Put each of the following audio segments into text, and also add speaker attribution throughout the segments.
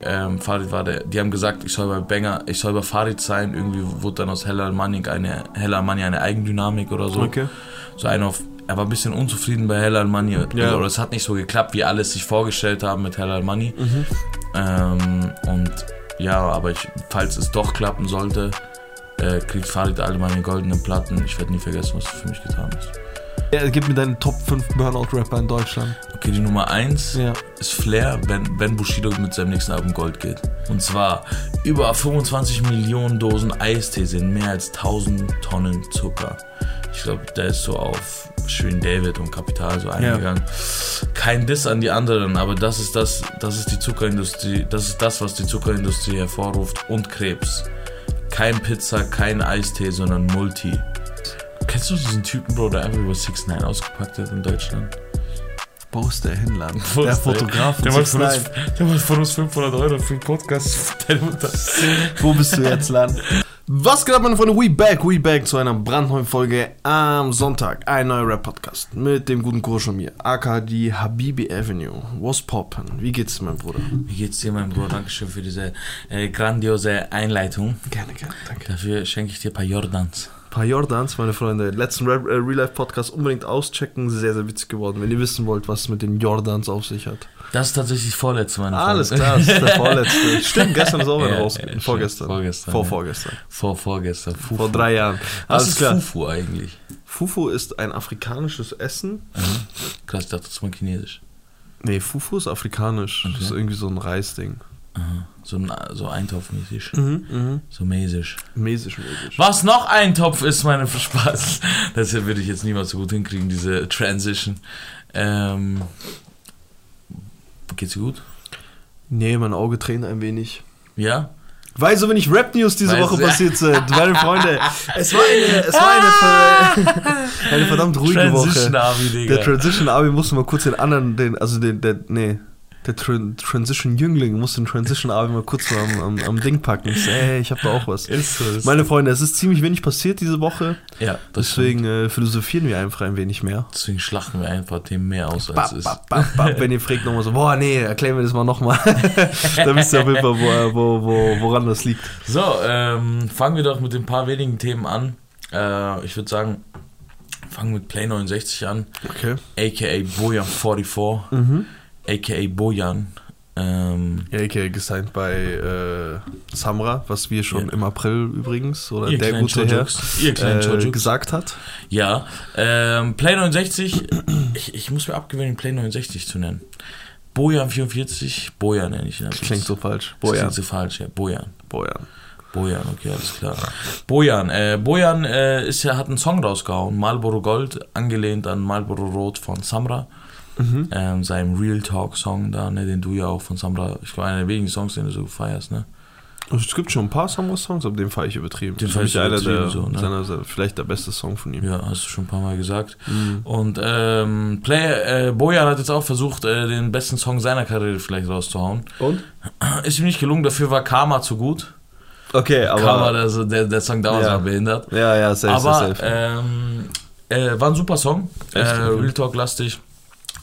Speaker 1: Ähm, Farid war der. Die haben gesagt, ich soll bei Banger, ich soll bei Farid sein. Irgendwie wurde dann aus Hella Manning eine Hella Manning eine Eigendynamik oder so.
Speaker 2: Okay.
Speaker 1: So ein auf. Er war ein bisschen unzufrieden bei Hella Manning.
Speaker 2: Ja.
Speaker 1: Oder es hat nicht so geklappt, wie alle es sich vorgestellt haben mit Hella Manning.
Speaker 2: Mhm.
Speaker 1: Ähm, und ja, aber ich, falls es doch klappen sollte, äh, kriegt Farid alle meine goldenen Platten. Ich werde nie vergessen, was er für mich getan ist.
Speaker 2: Ja, gib mir deinen Top 5 Burnout-Rapper in Deutschland.
Speaker 1: Okay, die Nummer 1
Speaker 2: Ja.
Speaker 1: ist Flair, wenn, wenn Bushido mit seinem nächsten Album Gold geht. Und zwar über 25 Millionen Dosen Eistee sind mehr als 1000 Tonnen Zucker. Ich glaube, der ist so auf Schön David und Kapital so eingegangen. Kein Diss an die anderen, aber das ist das, das ist die Zuckerindustrie, das ist das, was die Zuckerindustrie hervorruft und Krebs. Kein Pizza, kein Eistee, sondern Multi. Kennst du diesen Typen, Bro, der einfach über 6 9 ausgepackt hat in Deutschland?
Speaker 2: Boos der Hinland.
Speaker 1: Boos,
Speaker 2: der
Speaker 1: ey.
Speaker 2: Fotograf.
Speaker 1: Der
Speaker 2: von
Speaker 1: wollte von,
Speaker 2: 6ix9ine.
Speaker 1: uns- der wollte von uns 500 Euro für den Podcast. Der Mutter.
Speaker 2: Wo bist du jetzt, Land? Was geht ab, meine Freunde? We back, we back zu einer brandneuen Folge am Sonntag. Ein neuer Rap-Podcast mit dem guten Kurs von mir. AK die Habibi Avenue. Was poppen? Wie geht's dir, mein Bruder?
Speaker 1: Wie geht's dir, mein Bruder? Dankeschön für diese äh, grandiose Einleitung.
Speaker 2: Gerne, gerne, danke.
Speaker 1: Dafür schenke ich dir ein paar Jordans.
Speaker 2: Ein paar Jordans, meine Freunde. Letzten Rap- äh, Real-Life-Podcast unbedingt auschecken. Sehr, sehr witzig geworden. Wenn ihr wissen wollt, was es mit den Jordans auf sich hat.
Speaker 1: Das ist tatsächlich das vorletzte, meine Freunde.
Speaker 2: Alles klar, das ist der vorletzte. Stimmt, gestern ist auch wieder
Speaker 1: Ja,
Speaker 2: rausgegangen.
Speaker 1: ja,
Speaker 2: Vorgestern.
Speaker 1: stimmt, vorgestern,
Speaker 2: Vor
Speaker 1: ja.
Speaker 2: vorgestern.
Speaker 1: Vor vorgestern. Fufu.
Speaker 2: Vor drei Jahren.
Speaker 1: Was
Speaker 2: Alles
Speaker 1: ist
Speaker 2: klar.
Speaker 1: Fufu eigentlich? Mhm.
Speaker 2: Fufu ist ein afrikanisches Essen.
Speaker 1: Krass, ich dachte, das war chinesisch.
Speaker 2: Nee, Fufu ist afrikanisch. Das ist irgendwie so ein Reisding.
Speaker 1: Aha. So, ein- so eintopfmäßig.
Speaker 2: Mhm.
Speaker 1: So mäßig.
Speaker 2: Mäßig, mäßig.
Speaker 1: Was noch ein Topf ist, meine Spaß. Das würde ich jetzt niemals so gut hinkriegen, diese Transition. Ähm, geht's dir gut?
Speaker 2: Nee, mein Auge tränt ein wenig.
Speaker 1: Ja?
Speaker 2: Weißt du, wenn ich Rap-News diese
Speaker 1: Weißt
Speaker 2: Woche
Speaker 1: du-
Speaker 2: passiert sind? Meine Freunde, es war eine, es war eine, ver- eine verdammt ruhige Woche.
Speaker 1: Transition-Abi, Digga.
Speaker 2: Der Transition-Abi musste mal kurz den anderen, den, also den, der, nee, der Tran- Transition-Jüngling musste den Transition-Abi mal kurz so am, am, am Ding packen. Ich so, ey, ich hab da auch was.
Speaker 1: ist so. Ist
Speaker 2: Meine Freunde, es ist ziemlich wenig passiert diese Woche.
Speaker 1: ja, deswegen,
Speaker 2: Deswegen äh, philosophieren wir einfach ein wenig mehr.
Speaker 1: deswegen schlachten wir einfach Themen mehr aus, als
Speaker 2: Bap,
Speaker 1: es ist.
Speaker 2: bap, bap, bap, wenn ihr fragt nochmal so, boah, nee, erklären wir das mal nochmal. da wisst ihr auf jeden Fall, wo, wo, wo, woran das liegt.
Speaker 1: So, ähm, fangen wir doch mit den paar wenigen Themen an. Äh, ich würde sagen, fangen mit Play 69 an,
Speaker 2: Okay.
Speaker 1: a.k.a. Bojan44,
Speaker 2: Mhm.
Speaker 1: a.k.a. Bojan. Ähm,
Speaker 2: Ja, okay, gesigned bei äh, Samra, was wir schon
Speaker 1: Ja.
Speaker 2: im April übrigens, oder
Speaker 1: ihr
Speaker 2: der
Speaker 1: kleinen
Speaker 2: gute Herr,
Speaker 1: Chojuks, Ihr kleinen
Speaker 2: äh,
Speaker 1: Chojuks.
Speaker 2: gesagt hat.
Speaker 1: Ja, ähm, Play 69, ich, ich muss mir abgewöhnen, Play 69 zu nennen. Bojan 44, Bojan nenne ich ihn. ab
Speaker 2: Das
Speaker 1: jetzt.
Speaker 2: klingt so falsch.
Speaker 1: Das
Speaker 2: Bojan.
Speaker 1: klingt so falsch, ja, Bojan.
Speaker 2: Bojan.
Speaker 1: Bojan, okay, alles klar. Bojan, äh, Bojan äh, ist ja, hat einen Song rausgehauen, Marlboro Gold, angelehnt an Marlboro Rot von Samra,
Speaker 2: Mhm.
Speaker 1: ähm, seinem Real Talk Song da, ne, den du ja auch von Samra, ich glaube, einer der wenigen Songs, den du so feierst, ne?
Speaker 2: Also, Es gibt schon ein paar Samra-Songs, aber den fahre ich übertrieben.
Speaker 1: Den
Speaker 2: Das
Speaker 1: fahre
Speaker 2: ist
Speaker 1: ich
Speaker 2: einer
Speaker 1: übertrieben
Speaker 2: der,
Speaker 1: so, ne?
Speaker 2: seiner, seiner- vielleicht der beste Song von ihm.
Speaker 1: Ja, hast du schon ein paar Mal gesagt.
Speaker 2: Mhm.
Speaker 1: Und ähm, Play, äh, Bojan hat jetzt auch versucht, äh, den besten Song seiner Karriere vielleicht rauszuhauen.
Speaker 2: Und?
Speaker 1: Ist ihm nicht gelungen, dafür war Karma zu gut.
Speaker 2: Okay, aber.
Speaker 1: Karma, also der, der Song damals
Speaker 2: Ja.
Speaker 1: war behindert.
Speaker 2: ja, ja, safe,
Speaker 1: Aber
Speaker 2: safe, safe.
Speaker 1: ähm, äh, war ein super Song. Äh,
Speaker 2: Echt? Okay.
Speaker 1: Real Talk lastig.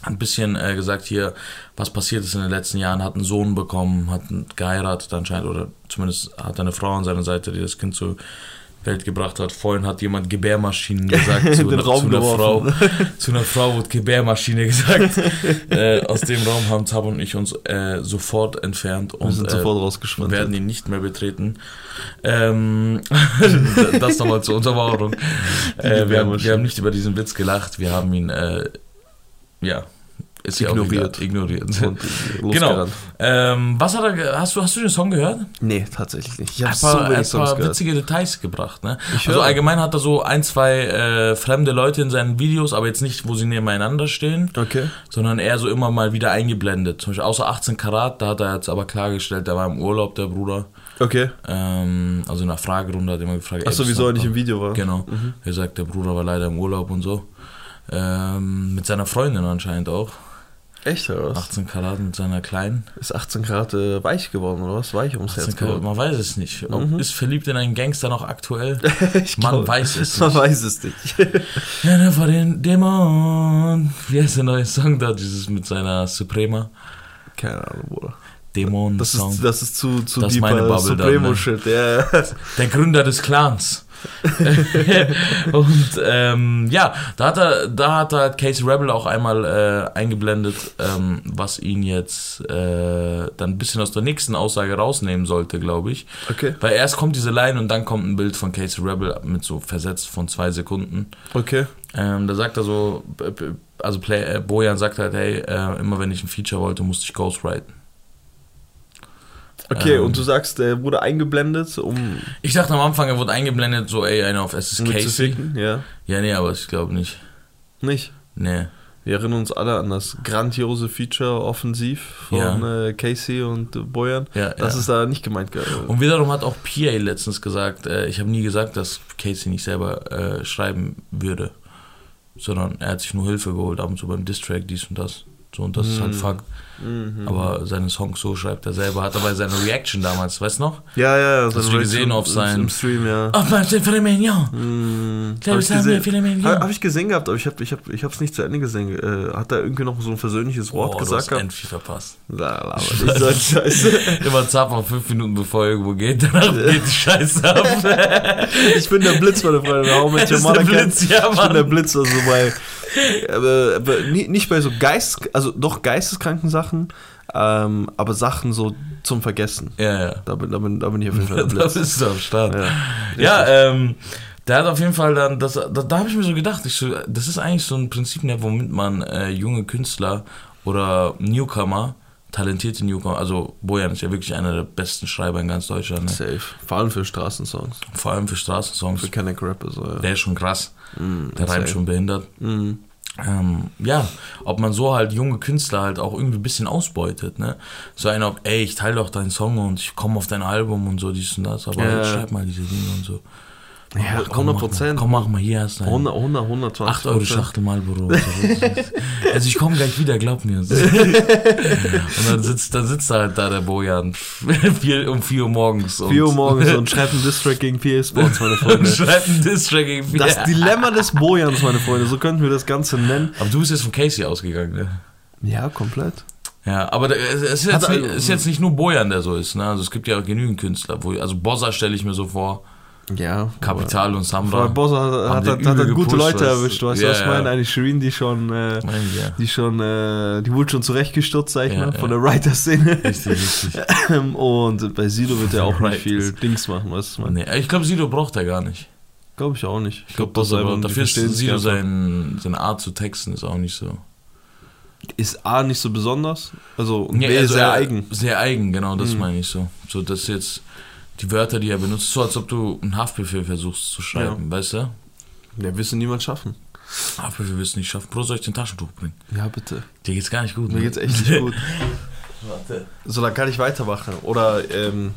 Speaker 1: Ein bisschen äh, gesagt hier, was passiert ist in den letzten Jahren. Hat einen Sohn bekommen, hat einen- geheiratet anscheinend oder zumindest hat er eine Frau an seiner Seite, die das Kind zur Welt gebracht hat. Vorhin hat jemand Gebärmaschinen gesagt zu,
Speaker 2: In den
Speaker 1: einer-
Speaker 2: Raum
Speaker 1: zu einer Frau.
Speaker 2: geworfen.
Speaker 1: Zu einer Frau wurde Gebärmaschine gesagt. äh, aus dem Raum haben Zab und ich uns äh, sofort entfernt und
Speaker 2: Wir sind
Speaker 1: äh,
Speaker 2: sofort
Speaker 1: und
Speaker 2: rausgeschwommen.
Speaker 1: werden ihn nicht mehr betreten. Ähm, das nochmal zur Untermauerung. Äh, wir, haben, wir haben nicht über diesen Witz gelacht, wir haben ihn, äh, ja, ist ja auch
Speaker 2: Ignoriert.
Speaker 1: egal, ignoriert.
Speaker 2: und äh,
Speaker 1: Genau. Ähm, was hat er, ge- hast du, hast du den Song gehört?
Speaker 2: Nee, tatsächlich nicht. Ich
Speaker 1: Er
Speaker 2: habe
Speaker 1: hat
Speaker 2: so
Speaker 1: ein paar,
Speaker 2: wenig
Speaker 1: so ein
Speaker 2: Songs
Speaker 1: paar
Speaker 2: gehört.
Speaker 1: witzige Details gebracht, ne?
Speaker 2: Ich
Speaker 1: Also
Speaker 2: höre.
Speaker 1: allgemein hat er so ein, zwei äh, fremde Leute in seinen Videos, aber jetzt nicht, wo sie nebeneinander stehen
Speaker 2: Okay.
Speaker 1: sondern eher so immer mal wieder eingeblendet. Zum Beispiel außer 18 Karat, da hat er jetzt aber klargestellt, der war im Urlaub, der Bruder.
Speaker 2: Okay.
Speaker 1: Ähm, also in der Fragerunde hat immer gefragt.
Speaker 2: Achso,
Speaker 1: ey, bist
Speaker 2: wieso
Speaker 1: du
Speaker 2: er nicht Mhm. im
Speaker 1: noch
Speaker 2: Video war?
Speaker 1: da? Genau. Er sagt, der Bruder war leider im Urlaub und so. Ähm, mit seiner Freundin anscheinend auch.
Speaker 2: Echt, oder was?
Speaker 1: 18 Karat mit seiner kleinen.
Speaker 2: Ist 18 Karat äh, weich geworden, oder was? Weich ums
Speaker 1: 18
Speaker 2: Herz
Speaker 1: Karat, man
Speaker 2: geworden.
Speaker 1: weiß es nicht. Ob-
Speaker 2: Mhm.
Speaker 1: Ist verliebt in einen Gangster noch aktuell?
Speaker 2: Ich
Speaker 1: Man
Speaker 2: glaub-
Speaker 1: weiß es
Speaker 2: Man
Speaker 1: nicht.
Speaker 2: weiß es nicht.
Speaker 1: Gerne ne, vor den Dämon. Wie heißt der neue Song da? Dieses mit seiner Suprema.
Speaker 2: Keine Ahnung, Bruder. Das
Speaker 1: Dämon-Song.
Speaker 2: ist, das ist zu, zu
Speaker 1: Das ist
Speaker 2: deeper
Speaker 1: meine Bubble dann, ne?
Speaker 2: Supremo-Shit. Ja.
Speaker 1: der Gründer des Clans. und ähm, ja, da hat er, da hat er Casey Rebel auch einmal äh, eingeblendet, ähm, was ihn jetzt äh, dann ein bisschen aus der nächsten Aussage rausnehmen sollte, glaube ich.
Speaker 2: Okay.
Speaker 1: Weil erst kommt diese Line und dann kommt ein Bild von Casey Rebel mit so versetzt von zwei Sekunden.
Speaker 2: Okay.
Speaker 1: Ähm, da sagt er so, b- b- also Play, äh, Bojan sagt halt, hey, äh, immer wenn ich ein Feature wollte, musste ich ghostwriten.
Speaker 2: Okay,
Speaker 1: Ähm.
Speaker 2: und du sagst, der wurde eingeblendet, um
Speaker 1: Ich dachte am Anfang, er wurde eingeblendet, so, ey, einer auf, es ist
Speaker 2: mit zu
Speaker 1: Casey.
Speaker 2: ficken? Ja.
Speaker 1: Ja, nee, aber ich glaube nicht.
Speaker 2: Nicht.
Speaker 1: Nee.
Speaker 2: Wir erinnern uns alle an das grandiose Feature offensiv von äh, Casey und äh, Boyan.
Speaker 1: Ja,
Speaker 2: Das
Speaker 1: ja.
Speaker 2: ist da nicht gemeint. ge-
Speaker 1: Und wiederum hat auch PA letztens gesagt, äh, ich habe nie gesagt, dass Casey nicht selber äh, schreiben würde, sondern er hat sich nur Hilfe geholt, ab und zu beim Distrack, dies und das. So, und das ist halt
Speaker 2: Hm.
Speaker 1: Fakt.
Speaker 2: Mhm.
Speaker 1: Aber seine Songs so schreibt er selber. Hat dabei seine Reaction damals, weißt du noch?
Speaker 2: Ja, ja, das
Speaker 1: Hast du gesehen auf seinem-
Speaker 2: Im Stream, ja.
Speaker 1: Auf meinem Schiff für den Mignon.
Speaker 2: Hm,
Speaker 1: Glaub,
Speaker 2: hab
Speaker 1: es haben wir viele Millionen.
Speaker 2: Habe hab ich gesehen gehabt, aber ich habe ich hab, ich hab's nicht zu Ende gesehen. Äh, hat da irgendwie noch so ein versöhnliches Wort
Speaker 1: Oh, du hast
Speaker 2: gesagt gehabt?
Speaker 1: end viel verpasst.
Speaker 2: La, la, aber ich so eine Scheiße.
Speaker 1: Immer Zappa fünf Minuten bevor er irgendwo geht, danach geht die Scheiße ab.
Speaker 2: Ich bin der Blitz, meine Freunde. Hau mit
Speaker 1: Das ist der Blitz, ja,
Speaker 2: Ich
Speaker 1: Mann.
Speaker 2: bin der Blitz, also bei. Aber, aber nie- nicht bei so Geist, also doch geisteskranken Sachen, ähm, aber Sachen so zum Vergessen.
Speaker 1: ja, ja.
Speaker 2: Da bin, da bin, da bin ich auf jeden Fall der
Speaker 1: Das
Speaker 2: Blitz.
Speaker 1: ist am Start.
Speaker 2: Ja.
Speaker 1: Ja, ähm, der hat auf jeden Fall dann, das, da, da habe ich mir so gedacht, ich so, das ist eigentlich so ein Prinzip, ne, womit man äh, junge Künstler oder Newcomer, talentierte Newcomer, also Bojan ist ja wirklich einer der besten Schreiber in ganz Deutschland, ne?
Speaker 2: Safe. Vor allem für Straßensongs.
Speaker 1: vor allem für Straßensongs,
Speaker 2: Für keine Rapper, so. Ja.
Speaker 1: der ist schon krass,
Speaker 2: Mm,
Speaker 1: der reimt
Speaker 2: safe.
Speaker 1: schon behindert.
Speaker 2: Mm.
Speaker 1: Ähm, ja, ob man so halt junge Künstler halt auch irgendwie ein bisschen ausbeutet, ne? So einer, ob, ey, ich teile doch deinen Song und ich komme auf dein Album und so, dies und das, aber
Speaker 2: Ja.
Speaker 1: jetzt schreib mal diese Dinge und so.
Speaker 2: Ja, 100 Prozent.
Speaker 1: Komm, mach mal, komm, mach mal hier erst einen.
Speaker 2: 100, 100, 120
Speaker 1: 8 Euro Schachtel Marlboro. und so. also ich komme gleich wieder, glaub mir. So. Und dann sitzt, dann sitzt halt da der Bojan vier, um 4 Uhr morgens. und-
Speaker 2: 4 Uhr morgens und schreibt einen Distrack gegen PA Sports, meine
Speaker 1: und
Speaker 2: Freunde.
Speaker 1: schreibt ein Distracking.
Speaker 2: Das Dilemma des Bojans, meine Freunde, so könnten wir das Ganze nennen.
Speaker 1: Aber du bist jetzt von Casey ausgegangen, ne?
Speaker 2: Ja, komplett.
Speaker 1: Ja, aber da- es es ist jetzt,
Speaker 2: Hat er-
Speaker 1: nicht, es ist jetzt nicht nur Bojan, der so ist, ne? Also es gibt ja genügend Künstler. Wo, also Bossa stelle ich mir so vor,
Speaker 2: Ja.
Speaker 1: Kapital und
Speaker 2: Weil
Speaker 1: Samra.
Speaker 2: Bossa hat,
Speaker 1: Haben
Speaker 2: hat,
Speaker 1: den
Speaker 2: hat,
Speaker 1: übel
Speaker 2: gute
Speaker 1: gepusht,
Speaker 2: Leute
Speaker 1: weißt du.
Speaker 2: erwischt, weißt du,
Speaker 1: Ja,
Speaker 2: was ich
Speaker 1: ja.
Speaker 2: meine? Eine Shirin, die schon, äh,
Speaker 1: Meine ich, ja.
Speaker 2: die schon, äh, die wurde schon zurechtgestutzt, sag ich
Speaker 1: Ja,
Speaker 2: mal,
Speaker 1: ja.
Speaker 2: von der Writer-Szene.
Speaker 1: Richtig, richtig.
Speaker 2: Und bei Sido wird er auch
Speaker 1: Right.
Speaker 2: nicht viel Dings machen, weißt du, was ich meine?
Speaker 1: Oh, Nee, ich glaube, Sido braucht er gar nicht.
Speaker 2: Glaube ich auch nicht.
Speaker 1: Ich glaube,
Speaker 2: das
Speaker 1: das aber
Speaker 2: die
Speaker 1: dafür ist
Speaker 2: verstehen's
Speaker 1: Sido
Speaker 2: ganz einfach.
Speaker 1: sein, seine Art zu texten ist auch nicht so.
Speaker 2: Ist A nicht so besonders, also und
Speaker 1: Ja,
Speaker 2: B
Speaker 1: also
Speaker 2: sehr
Speaker 1: er-
Speaker 2: eigen.
Speaker 1: Sehr eigen, genau, das
Speaker 2: Mhm.
Speaker 1: meine ich so. So, dass jetzt die Wörter, die er benutzt, so als ob du einen Haftbefehl versuchst zu schreiben, weißt du?
Speaker 2: Der wirst du niemand schaffen.
Speaker 1: Haftbefehl wirst du nicht schaffen. Bro, soll ich den Taschentuch bringen?
Speaker 2: Ja, bitte.
Speaker 1: Dir geht's gar nicht gut.
Speaker 2: Mir
Speaker 1: ne?
Speaker 2: geht's echt nicht gut.
Speaker 1: Warte.
Speaker 2: So, dann kann ich weitermachen. Oder, ähm,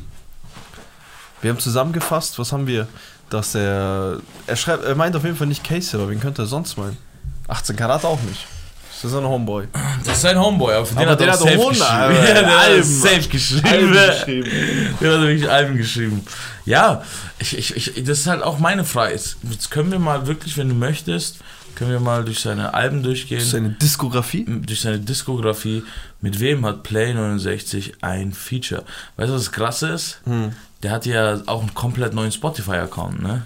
Speaker 2: wir haben zusammengefasst, was haben wir? Dass er, er schreibt, er meint auf jeden Fall nicht Casey, aber wen könnte er sonst meinen? 18 Karat auch nicht. Das ist ja ein Homeboy.
Speaker 1: Das ist sein Homeboy, aber für den
Speaker 2: Aber
Speaker 1: hat
Speaker 2: den
Speaker 1: er
Speaker 2: hat
Speaker 1: auch safe
Speaker 2: er 100,
Speaker 1: geschrieben.
Speaker 2: aber
Speaker 1: Ja, der hat
Speaker 2: Alben.
Speaker 1: safe geschrieben. Den hat er wirklich Alben geschrieben. Ja, ich, ich, ich, das ist halt auch meine Frage. Jetzt jetzt können wir mal wirklich, wenn du möchtest, können wir mal durch seine Alben durchgehen.
Speaker 2: Das ist eine Diskografie.
Speaker 1: durch seine Diskografie, mit wem hat Play 69 ein Feature? Weißt du, was krass ist?
Speaker 2: Hm.
Speaker 1: Der hat ja auch einen komplett neuen Spotify-Account, ne?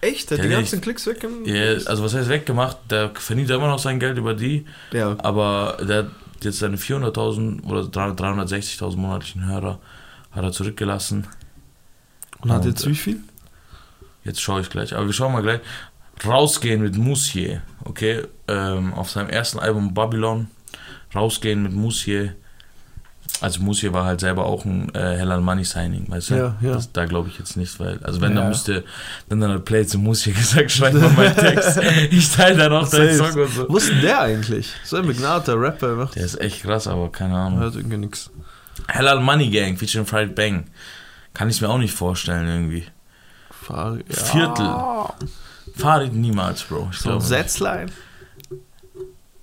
Speaker 2: Echt? Der
Speaker 1: hat die Ja, ganzen
Speaker 2: Klicks weggenommen?
Speaker 1: Ja, also was heißt weggemacht? Der verdient immer noch sein Geld über die,
Speaker 2: Ja.
Speaker 1: aber der hat jetzt seine 400.000 oder 360.000 monatlichen Hörer hat er zurückgelassen.
Speaker 2: Und hat
Speaker 1: Und, äh,
Speaker 2: jetzt wie viel?
Speaker 1: Jetzt schaue ich gleich. Aber wir schauen mal gleich. Rausgehen mit Musier, okay? Ähm, auf seinem ersten Album Babylon. Rausgehen mit Musier. Also Musier war halt selber auch ein äh, Hell and Money Signing, weißt du?
Speaker 2: Ja, ja.
Speaker 1: Das, da glaube ich jetzt nicht, weil. Also wenn,
Speaker 2: Ja.
Speaker 1: dann müsste, wenn dann hat Play zu Musier gesagt, schreib mal meinen Text. Ich teile dann auch deinen
Speaker 2: Safe.
Speaker 1: Song und so.
Speaker 2: Wo ist denn der eigentlich? So ein begnadeter Rapper, er macht,
Speaker 1: Der ist echt krass, aber keine Ahnung.
Speaker 2: hört irgendwie nix.
Speaker 1: Hell and Money Gang, featuring Fried Bang. Kann ich mir auch nicht vorstellen irgendwie.
Speaker 2: Fahr- Ja.
Speaker 1: Viertel. Farid niemals, Bro. Ich
Speaker 2: So ein
Speaker 1: glaube. nicht.
Speaker 2: Sätzlein.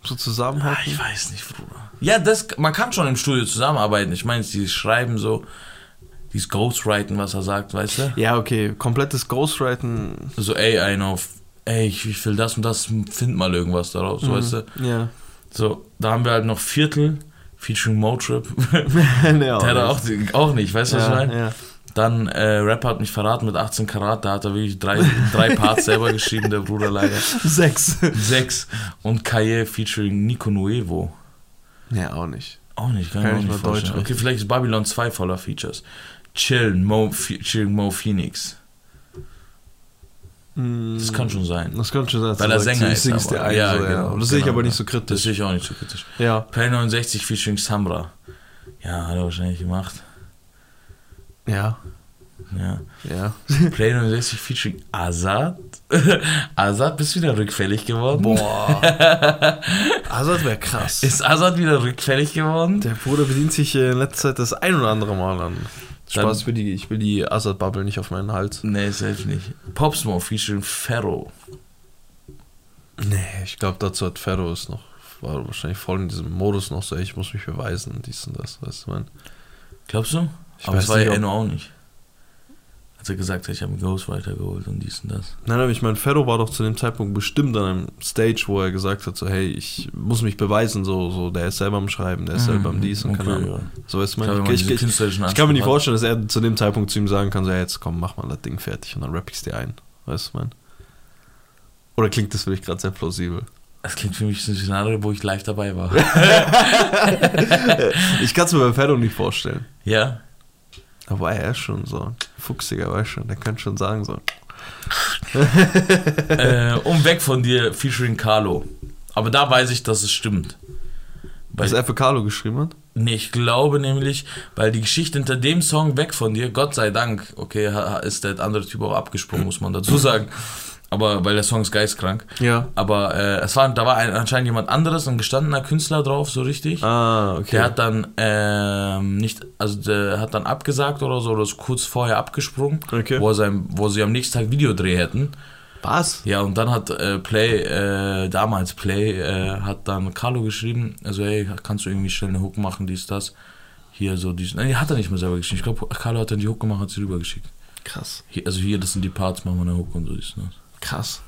Speaker 2: So
Speaker 1: Ah,
Speaker 2: zusammenhacken.
Speaker 1: ich weiß nicht, Bruder. Ja, das, man kann schon im Studio zusammenarbeiten. Ich meine, die schreiben so, dieses Ghostwriting, was er sagt, weißt du?
Speaker 2: Ja, okay, komplettes Ghostwriting.
Speaker 1: So, ey, einer auf, ey, ich, ich will das und das, find mal irgendwas daraus,
Speaker 2: Mhm.
Speaker 1: weißt du?
Speaker 2: Ja.
Speaker 1: So, da haben wir halt noch Viertel, featuring Motrip.
Speaker 2: nee,
Speaker 1: Der hat
Speaker 2: nicht.
Speaker 1: auch, auch nicht, weißt du, was ich
Speaker 2: ja,
Speaker 1: meine?
Speaker 2: ja.
Speaker 1: Dann äh, Rap hat mich verraten mit 18 Karat, da hat er wirklich drei, drei Parts selber geschrieben, der Bruder leider.
Speaker 2: Sechs.
Speaker 1: Sechs. Und Kaye featuring Nico Nuevo.
Speaker 2: Ja, auch nicht.
Speaker 1: Auch nicht, kann,
Speaker 2: Kann
Speaker 1: ich
Speaker 2: ich
Speaker 1: mir auch
Speaker 2: mal
Speaker 1: nicht vorstellen.
Speaker 2: Deutsch
Speaker 1: okay, vielleicht ist Babylon 2 voller Features. Chill, Mo, Fe- featuring Mo Phoenix. Das kann schon sein.
Speaker 2: Mm. Das kann schon sein. dass
Speaker 1: Weil
Speaker 2: also du
Speaker 1: er
Speaker 2: sagst,
Speaker 1: Sänger
Speaker 2: ich
Speaker 1: ist
Speaker 2: sing's
Speaker 1: aber.
Speaker 2: dir ein,
Speaker 1: Ja,
Speaker 2: so, ja.
Speaker 1: genau,
Speaker 2: Aber Das sehe ich
Speaker 1: genau,
Speaker 2: aber nicht
Speaker 1: ja.
Speaker 2: so
Speaker 1: Das
Speaker 2: kritisch.
Speaker 1: sehe ich auch nicht so kritisch.
Speaker 2: Ja.
Speaker 1: Pell 69 featuring Samra. Ja, hat er wahrscheinlich gemacht.
Speaker 2: Ja.
Speaker 1: Ja.
Speaker 2: Ja.
Speaker 1: Play 69 featuring Azad. Azad, bist wieder rückfällig geworden?
Speaker 2: Boah. also das wäre krass.
Speaker 1: Ist Azad wieder rückfällig geworden?
Speaker 2: der Bruder bedient sich in letzter Zeit das ein oder andere Mal an.
Speaker 1: Dann-
Speaker 2: Spaß, ich will die, ich will die Assad-Bubble nicht auf meinen Hals.
Speaker 1: Nee, selbst nicht. Popsmo featuring Pharaoh.
Speaker 2: Nee, ich glaube, dazu hat Ferro es noch, war wahrscheinlich voll in diesem Modus noch so, ey, ich muss mich beweisen und dies und das, weißt du, man.
Speaker 1: Glaubst du?
Speaker 2: Ich
Speaker 1: Aber
Speaker 2: weiß
Speaker 1: das war
Speaker 2: nicht,
Speaker 1: ja
Speaker 2: ob-
Speaker 1: Enno auch nicht. Als er gesagt hat, ich habe einen Ghostwriter geholt und dies und das.
Speaker 2: Nein, aber ich meine, Ferro war doch zu dem Zeitpunkt bestimmt an einem Stage, wo er gesagt hat, so, hey, ich muss mich beweisen, so, so, der ist selber am Schreiben, der ist selber am dies und keine Ahnung.
Speaker 1: Mhm. Ja.
Speaker 2: So, weißt du,
Speaker 1: Ich
Speaker 2: man,
Speaker 1: glaube,
Speaker 2: ich, ich, ich,
Speaker 1: künstlerischen
Speaker 2: ich kann mir nicht
Speaker 1: Anspruch
Speaker 2: vorstellen, dass er zu dem Zeitpunkt zu ihm sagen kann, so, ja, jetzt komm, mach mal das Ding fertig und dann rapp ich's dir ein, weißt du, man. Oder klingt das für dich gerade sehr plausibel?
Speaker 1: hat. Das klingt für mich so ein Szenario, wo ich live dabei war.
Speaker 2: Ich kann es mir bei Ferro nicht vorstellen.
Speaker 1: ja?
Speaker 2: Aber er ist schon so ein fuchsiger, weißt du, der kann schon sagen, so,
Speaker 1: äh, und weg von dir featuring Carlo. Aber da weiß ich, dass es stimmt. Bei-
Speaker 2: was er für Carlo geschrieben hat.
Speaker 1: Nee, ich glaube nämlich, weil die Geschichte hinter dem Song weg von dir, Gott sei Dank, okay, ha- ha- ist der andere Typ auch abgesprungen, muss man dazu sagen. Aber weil der Song ist geistkrank.
Speaker 2: Ja.
Speaker 1: Aber äh, es war, da war ein, anscheinend jemand anderes, ein gestandener Künstler drauf, so richtig.
Speaker 2: Ah, okay.
Speaker 1: Der hat dann ähm, nicht, also der hat dann abgesagt oder so, oder ist kurz vorher abgesprungen,
Speaker 2: Okay.
Speaker 1: wo, er sein, wo sie am nächsten Tag Videodreh hätten.
Speaker 2: was?
Speaker 1: Ja, und dann hat äh, Play, äh, damals Play, äh, hat dann Carlo geschrieben, also hey, kannst du irgendwie schnell eine Hook machen, dies, das. Hier so, dies. Nein, hat er nicht mehr selber geschrieben. Ich glaube, Carlo hat dann die Hook gemacht, hat sie rübergeschickt.
Speaker 2: Krass,
Speaker 1: Hier, also hier, das sind die Parts, machen wir eine Hook und so, dies, ne? das.
Speaker 2: krass.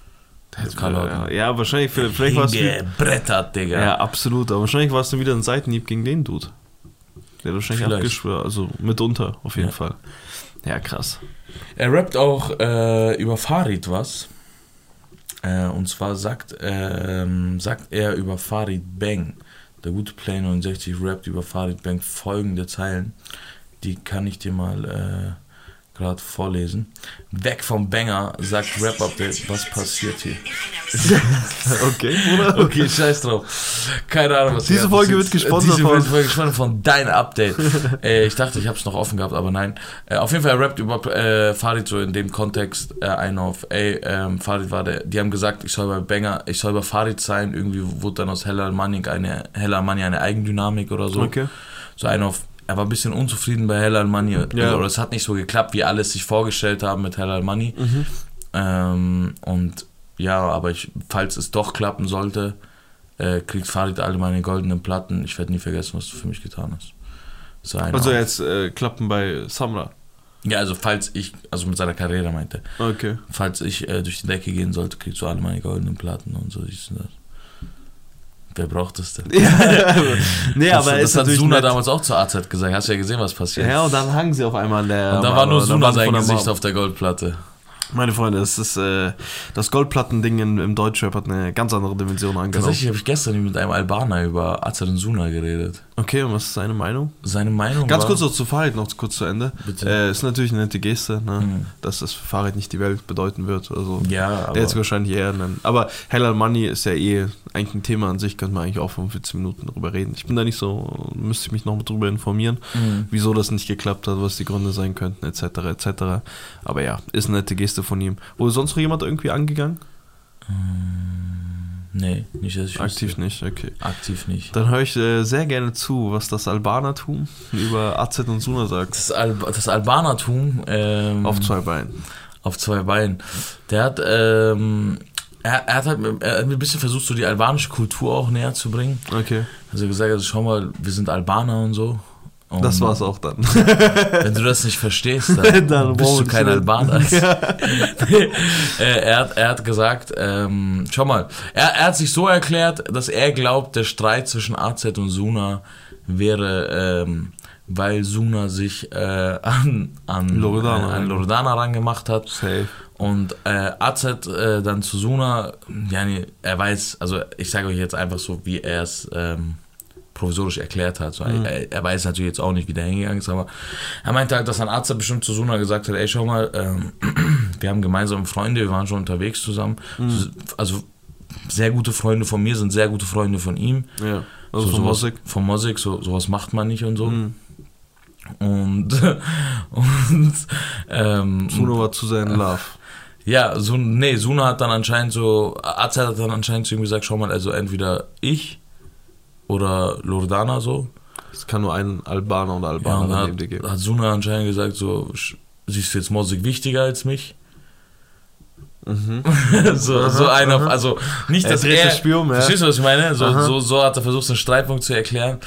Speaker 1: Also Carlo hat
Speaker 2: ja, ja, wahrscheinlich, vielleicht, vielleicht war es wieder,
Speaker 1: hingebrettert, Digga.
Speaker 2: ja, absolut, aber wahrscheinlich war es dann wieder ein Seitenhieb gegen den Dude. Der hat wahrscheinlich
Speaker 1: Vielleicht.
Speaker 2: abgeschwört, also mitunter, auf jeden
Speaker 1: Ja.
Speaker 2: Fall. Ja, krass.
Speaker 1: Er rappt auch äh, über Farid was. Äh, und zwar sagt, ähm, sagt er über Farid Bang. Der gute Play 69 rappt über Farid Bang folgende Zeilen. Die kann ich dir mal äh, gerade vorlesen. Weg vom Banger sagt Rap Update, was passiert hier?
Speaker 2: Okay, Bruder.
Speaker 1: Okay, scheiß drauf. Keine Ahnung, was hier
Speaker 2: Diese
Speaker 1: alles
Speaker 2: Folge
Speaker 1: ist.
Speaker 2: wird gesponsert
Speaker 1: Diese
Speaker 2: von-
Speaker 1: Folge wird gesponsert von Dein Update. äh, ich dachte, ich habe es noch offen gehabt, aber nein. Äh, auf jeden Fall rappt über äh, Farid so in dem Kontext äh, ein auf, ey, ähm, Farid war der, die haben gesagt, ich soll bei Banger, ich soll bei Farid sein. Irgendwie wurde dann aus Hella Manning eine, Hella Manning eine Eigendynamik oder so.
Speaker 2: Okay.
Speaker 1: So ein auf, er war ein bisschen unzufrieden bei Hell Money.
Speaker 2: Ja.
Speaker 1: Oder also es hat nicht so geklappt, wie alle es sich vorgestellt haben mit Hell Money. Ähm, und ja, aber ich, falls es doch klappen sollte, äh, kriegt Farid alle meine goldenen Platten. Ich werde nie vergessen, was du für mich getan hast. So ein
Speaker 2: Also
Speaker 1: auf-
Speaker 2: jetzt äh, Klappen bei Samra.
Speaker 1: ja, also falls ich, also mit seiner Karriere meinte,
Speaker 2: Okay.
Speaker 1: falls ich äh, durch die Decke gehen sollte, kriegst du alle meine goldenen Platten und so. dies und das. Wer braucht das denn?
Speaker 2: also, nee,
Speaker 1: das
Speaker 2: aber er
Speaker 1: das
Speaker 2: ist
Speaker 1: hat
Speaker 2: natürlich
Speaker 1: Suna
Speaker 2: nett.
Speaker 1: damals auch zur AZ gesagt. Hast ja gesehen, was passiert.
Speaker 2: Ja, und dann hangen sie auf einmal an der.
Speaker 1: Da
Speaker 2: Mauer,
Speaker 1: war nur
Speaker 2: an der
Speaker 1: Suna
Speaker 2: Wand
Speaker 1: sein
Speaker 2: von der
Speaker 1: Gesicht
Speaker 2: Mauer. Genau.
Speaker 1: auf der Goldplatte.
Speaker 2: Meine Freunde, das ist äh, das Goldplattending in, im Deutschrap hat eine ganz andere Dimension angenommen.
Speaker 1: Tatsächlich habe ich gestern mit einem Albaner über Azarin Suna geredet.
Speaker 2: Okay, und was ist seine Meinung?
Speaker 1: Seine Meinung
Speaker 2: Ganz
Speaker 1: war,
Speaker 2: kurz noch zu Farid, noch kurz zu Ende.
Speaker 1: Bitte.
Speaker 2: Äh, ist natürlich eine nette Geste, ne?
Speaker 1: Mhm.
Speaker 2: dass das für Farid nicht die Welt bedeuten wird. Also,
Speaker 1: Ja, aber
Speaker 2: der jetzt wahrscheinlich eher nennen. Aber Hell Money ist ja eh eigentlich ein Thema an sich, könnte man eigentlich auch 45 Minuten drüber reden. Ich bin da nicht so, müsste ich mich noch mal drüber informieren,
Speaker 1: Mhm.
Speaker 2: wieso das nicht geklappt hat, was die Gründe sein könnten, etc. etc. Aber ja, ist eine nette Geste von ihm. Wurde sonst noch jemand irgendwie angegangen?
Speaker 1: nee, nicht dass ich
Speaker 2: Aktiv
Speaker 1: wüsste.
Speaker 2: nicht, okay.
Speaker 1: aktiv nicht.
Speaker 2: Dann höre ich äh, sehr gerne zu, was das Albanertum über AZ und Suna sagt.
Speaker 1: Das, Al das Albanertum ähm,
Speaker 2: Auf zwei Beinen.
Speaker 1: auf zwei Beinen. Der hat ähm, er, er hat halt mit- er hat mir ein bisschen versucht, so die albanische Kultur auch näher zu bringen.
Speaker 2: Okay.
Speaker 1: Also gesagt, also schau mal, wir sind Albaner und so. Und
Speaker 2: Das war's auch dann.
Speaker 1: Wenn du das nicht verstehst, dann,
Speaker 2: Dann
Speaker 1: bist du
Speaker 2: brauchst
Speaker 1: kein
Speaker 2: du-
Speaker 1: Albaner. Äh, er, hat, er hat gesagt, ähm, schau mal, er, er hat sich so erklärt, dass er glaubt, der Streit zwischen AZ und Suna wäre, ähm, weil Suna sich äh, an, an,
Speaker 2: Loredana.
Speaker 1: äh, an Loredana rangemacht hat.
Speaker 2: Safe.
Speaker 1: Und äh, AZ äh, dann zu Suna, yani, er weiß, also ich sage euch jetzt einfach so, wie er es ähm, provisorisch erklärt hat. So,
Speaker 2: Mhm.
Speaker 1: er, er weiß natürlich jetzt auch nicht, wie der hingegangen ist, aber er meinte halt, dass dann AZ bestimmt zu Suna gesagt hat, ey, schau mal, ähm, wir haben gemeinsame Freunde, wir waren schon unterwegs zusammen.
Speaker 2: Mhm.
Speaker 1: Also sehr gute Freunde von mir sind sehr gute Freunde von ihm.
Speaker 2: Ja. Also
Speaker 1: so,
Speaker 2: von Mhm.
Speaker 1: sowas-
Speaker 2: Mosik.
Speaker 1: Von Mosik, so, sowas macht man nicht und so. Und, und ähm,
Speaker 2: Suno war zu sein Love.
Speaker 1: ja, so, nee, Suna hat dann anscheinend so, AZ hat dann anscheinend zu ihm gesagt, schau mal, also entweder ich oder Loredana so.
Speaker 2: Es kann nur ein Albaner und
Speaker 1: Ja, und
Speaker 2: Albaner
Speaker 1: dann
Speaker 2: neben dir
Speaker 1: hat,
Speaker 2: geben.
Speaker 1: hat Suna anscheinend gesagt, so, sch- siehst du jetzt Mosik wichtiger als mich?
Speaker 2: Mhm.
Speaker 1: so, so einer, also nicht,
Speaker 2: Er
Speaker 1: dass
Speaker 2: dreht
Speaker 1: er,
Speaker 2: das Spiel um, ja.
Speaker 1: verstehst du, was ich meine? So,
Speaker 2: Aha.
Speaker 1: so, so hat er versucht, so einen Streitpunkt zu erklären.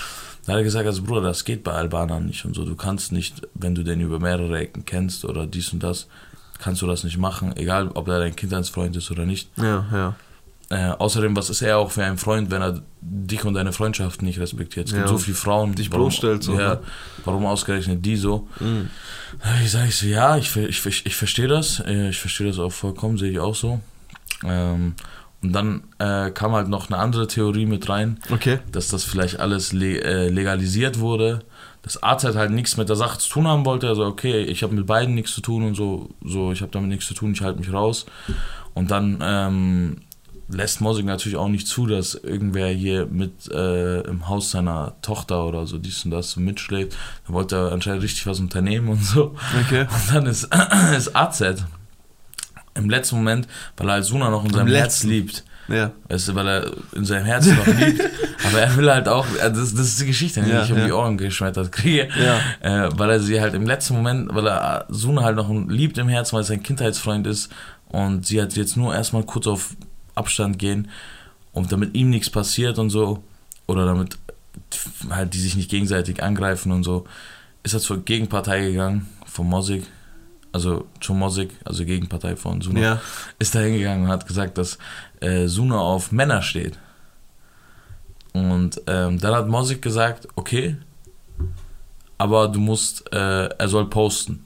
Speaker 1: Da hat er gesagt, also Bruder, das geht bei Albanern nicht und so. Du kannst nicht, wenn du den über mehrere Ecken kennst oder dies und das, kannst du das nicht machen, egal ob er dein Kindheitsfreund ist oder nicht.
Speaker 2: Ja, ja.
Speaker 1: Äh, außerdem, was ist er auch für ein Freund, wenn er dich und deine Freundschaft nicht respektiert? Es gibt
Speaker 2: Ja,
Speaker 1: so viele Frauen.
Speaker 2: dich
Speaker 1: warum-
Speaker 2: bloßstellt so,
Speaker 1: Ja,
Speaker 2: ne?
Speaker 1: warum ausgerechnet die so? Äh,
Speaker 2: Mhm.
Speaker 1: Ich sage ich so, ja, ich, ver- ich, ver- ich verstehe das. äh, Ich verstehe das auch vollkommen, sehe ich auch so. Ähm, und dann äh, kam halt noch eine andere Theorie mit rein,
Speaker 2: Okay.
Speaker 1: dass das vielleicht alles le äh, legalisiert wurde, dass AZ halt nichts mit der Sache zu tun haben wollte. Also, okay, ich habe mit beiden nichts zu tun und so, so ich habe damit nichts zu tun, ich halte mich raus. Und dann ähm, lässt Mosing natürlich auch nicht zu, dass irgendwer hier mit äh, im Haus seiner Tochter oder so dies und das mitschläft. Da wollte er anscheinend richtig was unternehmen und so.
Speaker 2: Okay.
Speaker 1: Und dann ist, ist AZ im letzten Moment, weil er Suna noch in seinem Herz
Speaker 2: letzten.
Speaker 1: liebt.
Speaker 2: Ja.
Speaker 1: Weißt du, weil er in seinem Herzen noch liebt. Aber er will halt auch, äh, das, das ist die Geschichte, die
Speaker 2: Ja,
Speaker 1: ich um
Speaker 2: ja.
Speaker 1: die Ohren geschmettert kriege.
Speaker 2: Ja.
Speaker 1: Äh, weil er sie halt im letzten Moment, weil er Suna halt noch liebt im Herzen, weil es sein Kindheitsfreund ist. Und sie hat jetzt nur erstmal kurz auf Abstand gehen. Und damit ihm nichts passiert und so. Oder damit halt die sich nicht gegenseitig angreifen und so. Ist er zur Gegenpartei gegangen von Mosig. Also zu Mosig, also Gegenpartei von Suna
Speaker 2: Ja.
Speaker 1: ist da hingegangen und hat gesagt, dass äh, Suna auf Männer steht. Und ähm, dann hat Mosik gesagt, okay, aber du musst, äh, er soll posten.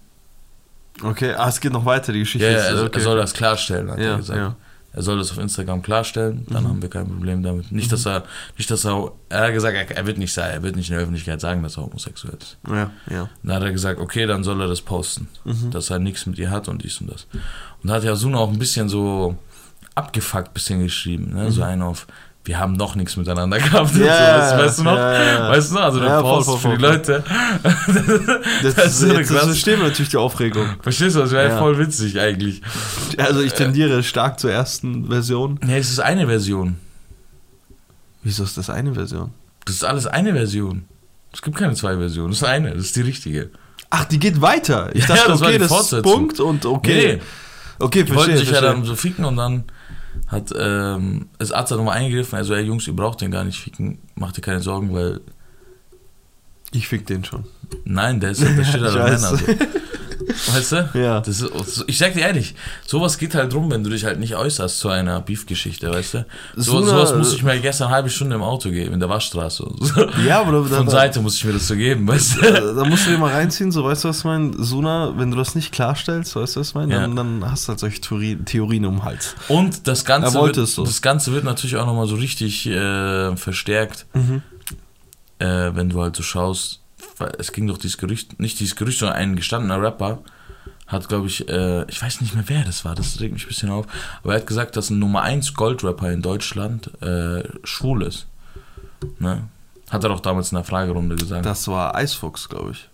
Speaker 2: Okay. Ah, es geht noch weiter, die Geschichte
Speaker 1: Ja, ja,
Speaker 2: ist. äh,
Speaker 1: er,
Speaker 2: okay.
Speaker 1: er soll das klarstellen, hat
Speaker 2: ja,
Speaker 1: er gesagt.
Speaker 2: ja. Mhm.
Speaker 1: Er soll das auf Instagram klarstellen, dann haben wir kein Problem damit. Nicht, dass er, nicht, dass er, er hat gesagt, er, er wird nicht sein, er wird nicht in der Öffentlichkeit sagen, dass er homosexuell ist.
Speaker 2: Ja, ja.
Speaker 1: Dann hat er gesagt, okay, dann soll er das posten,
Speaker 2: Mhm.
Speaker 1: dass er nichts mit ihr hat und dies und das. Und da hat ja Suna auch ein bisschen so abgefuckt bisschen geschrieben, ne? so einen auf, wir haben noch nichts miteinander gehabt. und
Speaker 2: Mhm. Ja,
Speaker 1: so, weißt, weißt du noch?
Speaker 2: ja, ja, ja.
Speaker 1: Weißt du noch? Also der
Speaker 2: Ja, voll,
Speaker 1: Post
Speaker 2: voll,
Speaker 1: für die
Speaker 2: voll.
Speaker 1: Leute.
Speaker 2: Das,
Speaker 1: Das ist
Speaker 2: ist
Speaker 1: so eine
Speaker 2: jetzt das
Speaker 1: Klasse-
Speaker 2: verstehen wir natürlich die Aufregung.
Speaker 1: Verstehst du, das wäre
Speaker 2: Ja.
Speaker 1: voll witzig eigentlich.
Speaker 2: Also ich tendiere stark zur ersten Version.
Speaker 1: Nee, es ist eine Version.
Speaker 2: Wieso ist das eine Version?
Speaker 1: Das ist alles eine Version. Es gibt keine zwei Versionen, das ist eine, das ist die richtige.
Speaker 2: Ach, die geht weiter. Ich
Speaker 1: Ja,
Speaker 2: dachte,
Speaker 1: das war die
Speaker 2: okay, das ist
Speaker 1: Fortsetzung.
Speaker 2: Punkt und okay.
Speaker 1: Nee,
Speaker 2: Okay,
Speaker 1: Die wollten
Speaker 2: verstehe,
Speaker 1: sich ja
Speaker 2: verstehe.
Speaker 1: dann so ficken und dann hat ähm, ist Arzt nochmal eingegriffen, also ey Jungs, ihr braucht den gar nicht ficken, macht ihr keine Sorgen, weil
Speaker 2: Ich fick den schon. Also,
Speaker 1: nein, der ist der steht halt am Männer.
Speaker 2: Scheiße.
Speaker 1: So. Weißt du?
Speaker 2: Ja.
Speaker 1: Das ist, ich sag dir ehrlich, sowas geht halt drum, wenn du dich halt nicht äußerst zu einer Beef-Geschichte, weißt du? So,
Speaker 2: Suna-
Speaker 1: sowas muss ich mir gestern eine halbe Stunde im Auto geben, in der Waschstraße.
Speaker 2: Ja, aber da,
Speaker 1: Von
Speaker 2: da,
Speaker 1: Seite muss ich mir das so geben, weißt du?
Speaker 2: Äh, da, da musst du dir mal reinziehen, so weißt du, was ich meine? Suna, wenn du das nicht klarstellst, weißt du, was ich meine? Dann,
Speaker 1: Ja.
Speaker 2: dann hast du halt solche Theorien, Theorien um den Hals.
Speaker 1: Und das Ganze,
Speaker 2: Er wollte
Speaker 1: wird,
Speaker 2: es so.
Speaker 1: das Ganze wird natürlich auch nochmal so richtig äh, verstärkt,
Speaker 2: Mhm.
Speaker 1: äh, wenn du halt so schaust. weil Es ging doch dieses Gerücht, nicht dieses Gerücht, sondern ein gestandener Rapper hat, glaube ich, äh, ich weiß nicht mehr, wer das war, das regt mich ein bisschen auf, aber er hat gesagt, dass ein Nummer 1 Goldrapper in Deutschland äh, schwul ist. Ne? Hat er doch damals in der Fragerunde gesagt.
Speaker 2: Das war Eisfuchs, glaube ich.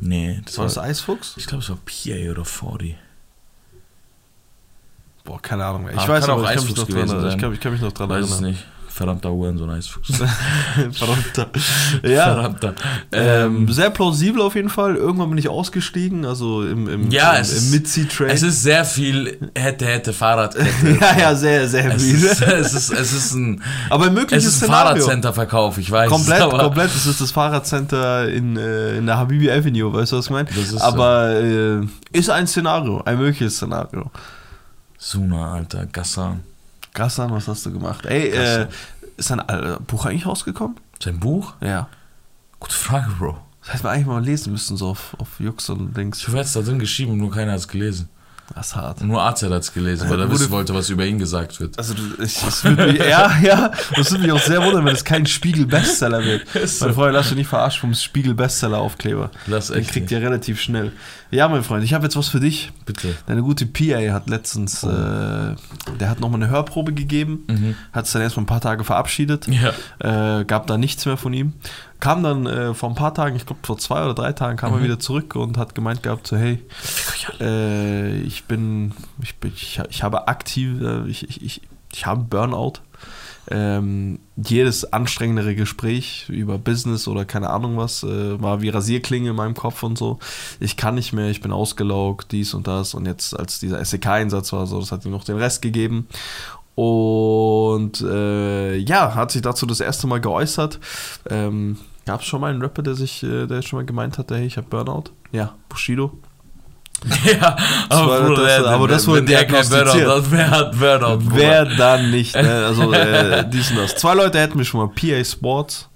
Speaker 1: nee, das
Speaker 2: War
Speaker 1: war,
Speaker 2: das Eisfuchs?
Speaker 1: ich glaube, es war PA oder 40.
Speaker 2: Boah, keine Ahnung mehr. Ich
Speaker 1: Ah,
Speaker 2: weiß
Speaker 1: kann
Speaker 2: aber,
Speaker 1: auch
Speaker 2: ich kann, mich
Speaker 1: Eisfuchs
Speaker 2: noch dran,
Speaker 1: gewesen
Speaker 2: erinnern.
Speaker 1: sein.
Speaker 2: ich kann, ich kann mich noch dran
Speaker 1: Weiß es
Speaker 2: erinnern.
Speaker 1: nicht. Verdammter Hurensohn heißt Fuchs.
Speaker 2: Verdammter. Ja,
Speaker 1: Verdammter.
Speaker 2: ähm, sehr plausibel auf jeden Fall. Irgendwann bin ich ausgestiegen, also im, im,
Speaker 1: Ja,
Speaker 2: im,
Speaker 1: es
Speaker 2: im
Speaker 1: ist-
Speaker 2: Mitzi-Train.
Speaker 1: Es ist sehr viel hätte, hätte, Fahrradkette.
Speaker 2: ja, ja, sehr, sehr
Speaker 1: Es
Speaker 2: miese.
Speaker 1: ist, es, ist, es ist ein,
Speaker 2: Aber
Speaker 1: es
Speaker 2: mögliches
Speaker 1: ist ein
Speaker 2: Szenario.
Speaker 1: Fahrradcenter-Verkauf, ich weiß.
Speaker 2: Komplett,
Speaker 1: aber
Speaker 2: komplett. Es ist das Fahrradcenter in, äh, in der Habibi Avenue, weißt du, was ich meine?
Speaker 1: Das ist
Speaker 2: Aber äh, ist ein Szenario, ein mögliches Szenario.
Speaker 1: Suna, Alter, Gassan.
Speaker 2: Gassan, was hast du gemacht? Ey, äh, ist dein äh, Buch eigentlich rausgekommen?
Speaker 1: Sein Buch?
Speaker 2: Ja.
Speaker 1: Gute Frage, Bro.
Speaker 2: Das hätten wir eigentlich mal lesen müssen, so auf, auf Jux und
Speaker 1: Ich
Speaker 2: Dings.
Speaker 1: hoffe, er hat es da drin geschrieben und nur keiner hat es gelesen.
Speaker 2: Das ist hart.
Speaker 1: Nur AZ hat es gelesen, weil er
Speaker 2: Wurde-
Speaker 1: wissen wollte, was über ihn gesagt wird.
Speaker 2: Also, du- ich, das würde mich, ja, ja, das würde mich auch sehr wundern, wenn es kein Spiegel-Bestseller wird.
Speaker 1: Ist so.
Speaker 2: Mein Freund, lass dich nicht verarschen vom Spiegel-Bestseller-Aufkleber.
Speaker 1: Lass
Speaker 2: Den
Speaker 1: echt.
Speaker 2: kriegt
Speaker 1: Kriegt
Speaker 2: ihr relativ schnell. Ja, mein Freund, ich habe jetzt was für dich.
Speaker 1: Bitte.
Speaker 2: Deine gute PA hat letztens, äh, der hat nochmal eine Hörprobe gegeben,
Speaker 1: Oh. Mhm.
Speaker 2: hat es dann erstmal ein paar Tage verabschiedet,
Speaker 1: Ja.
Speaker 2: äh, gab da nichts mehr von ihm. Kam dann äh, vor ein paar Tagen, ich glaube vor zwei oder drei Tagen,
Speaker 1: Mhm.
Speaker 2: kam er wieder zurück und hat gemeint gehabt, so hey, äh, ich bin, ich bin, ich, ha- ich habe aktiv, äh, ich, ich, ich, ich habe Burnout. Ähm, jedes anstrengendere Gespräch über Business oder keine Ahnung was äh, war wie Rasierklinge in meinem Kopf und so. Ich kann nicht mehr, ich bin ausgelaugt, dies und das. Und jetzt, als dieser SEK-Einsatz war, so, das hat ihm noch den Rest gegeben. Und äh, ja, hat sich dazu das erste Mal geäußert. Ähm, Gab es schon mal einen Rapper, der sich, äh, der schon mal gemeint hat, hey, ich habe Burnout? Ja, Bushido.
Speaker 1: Ja,
Speaker 2: war-
Speaker 1: aber, Bruder,
Speaker 2: das-
Speaker 1: der-
Speaker 2: aber
Speaker 1: der-
Speaker 2: das wurde
Speaker 1: wenn der kein
Speaker 2: diagnostiziert.
Speaker 1: Burnout hat, wer hat Burnout? Bruder?
Speaker 2: Wer dann nicht? Ne? Also äh, dies und das. Zwei Leute hätten wir schon mal. PA Sports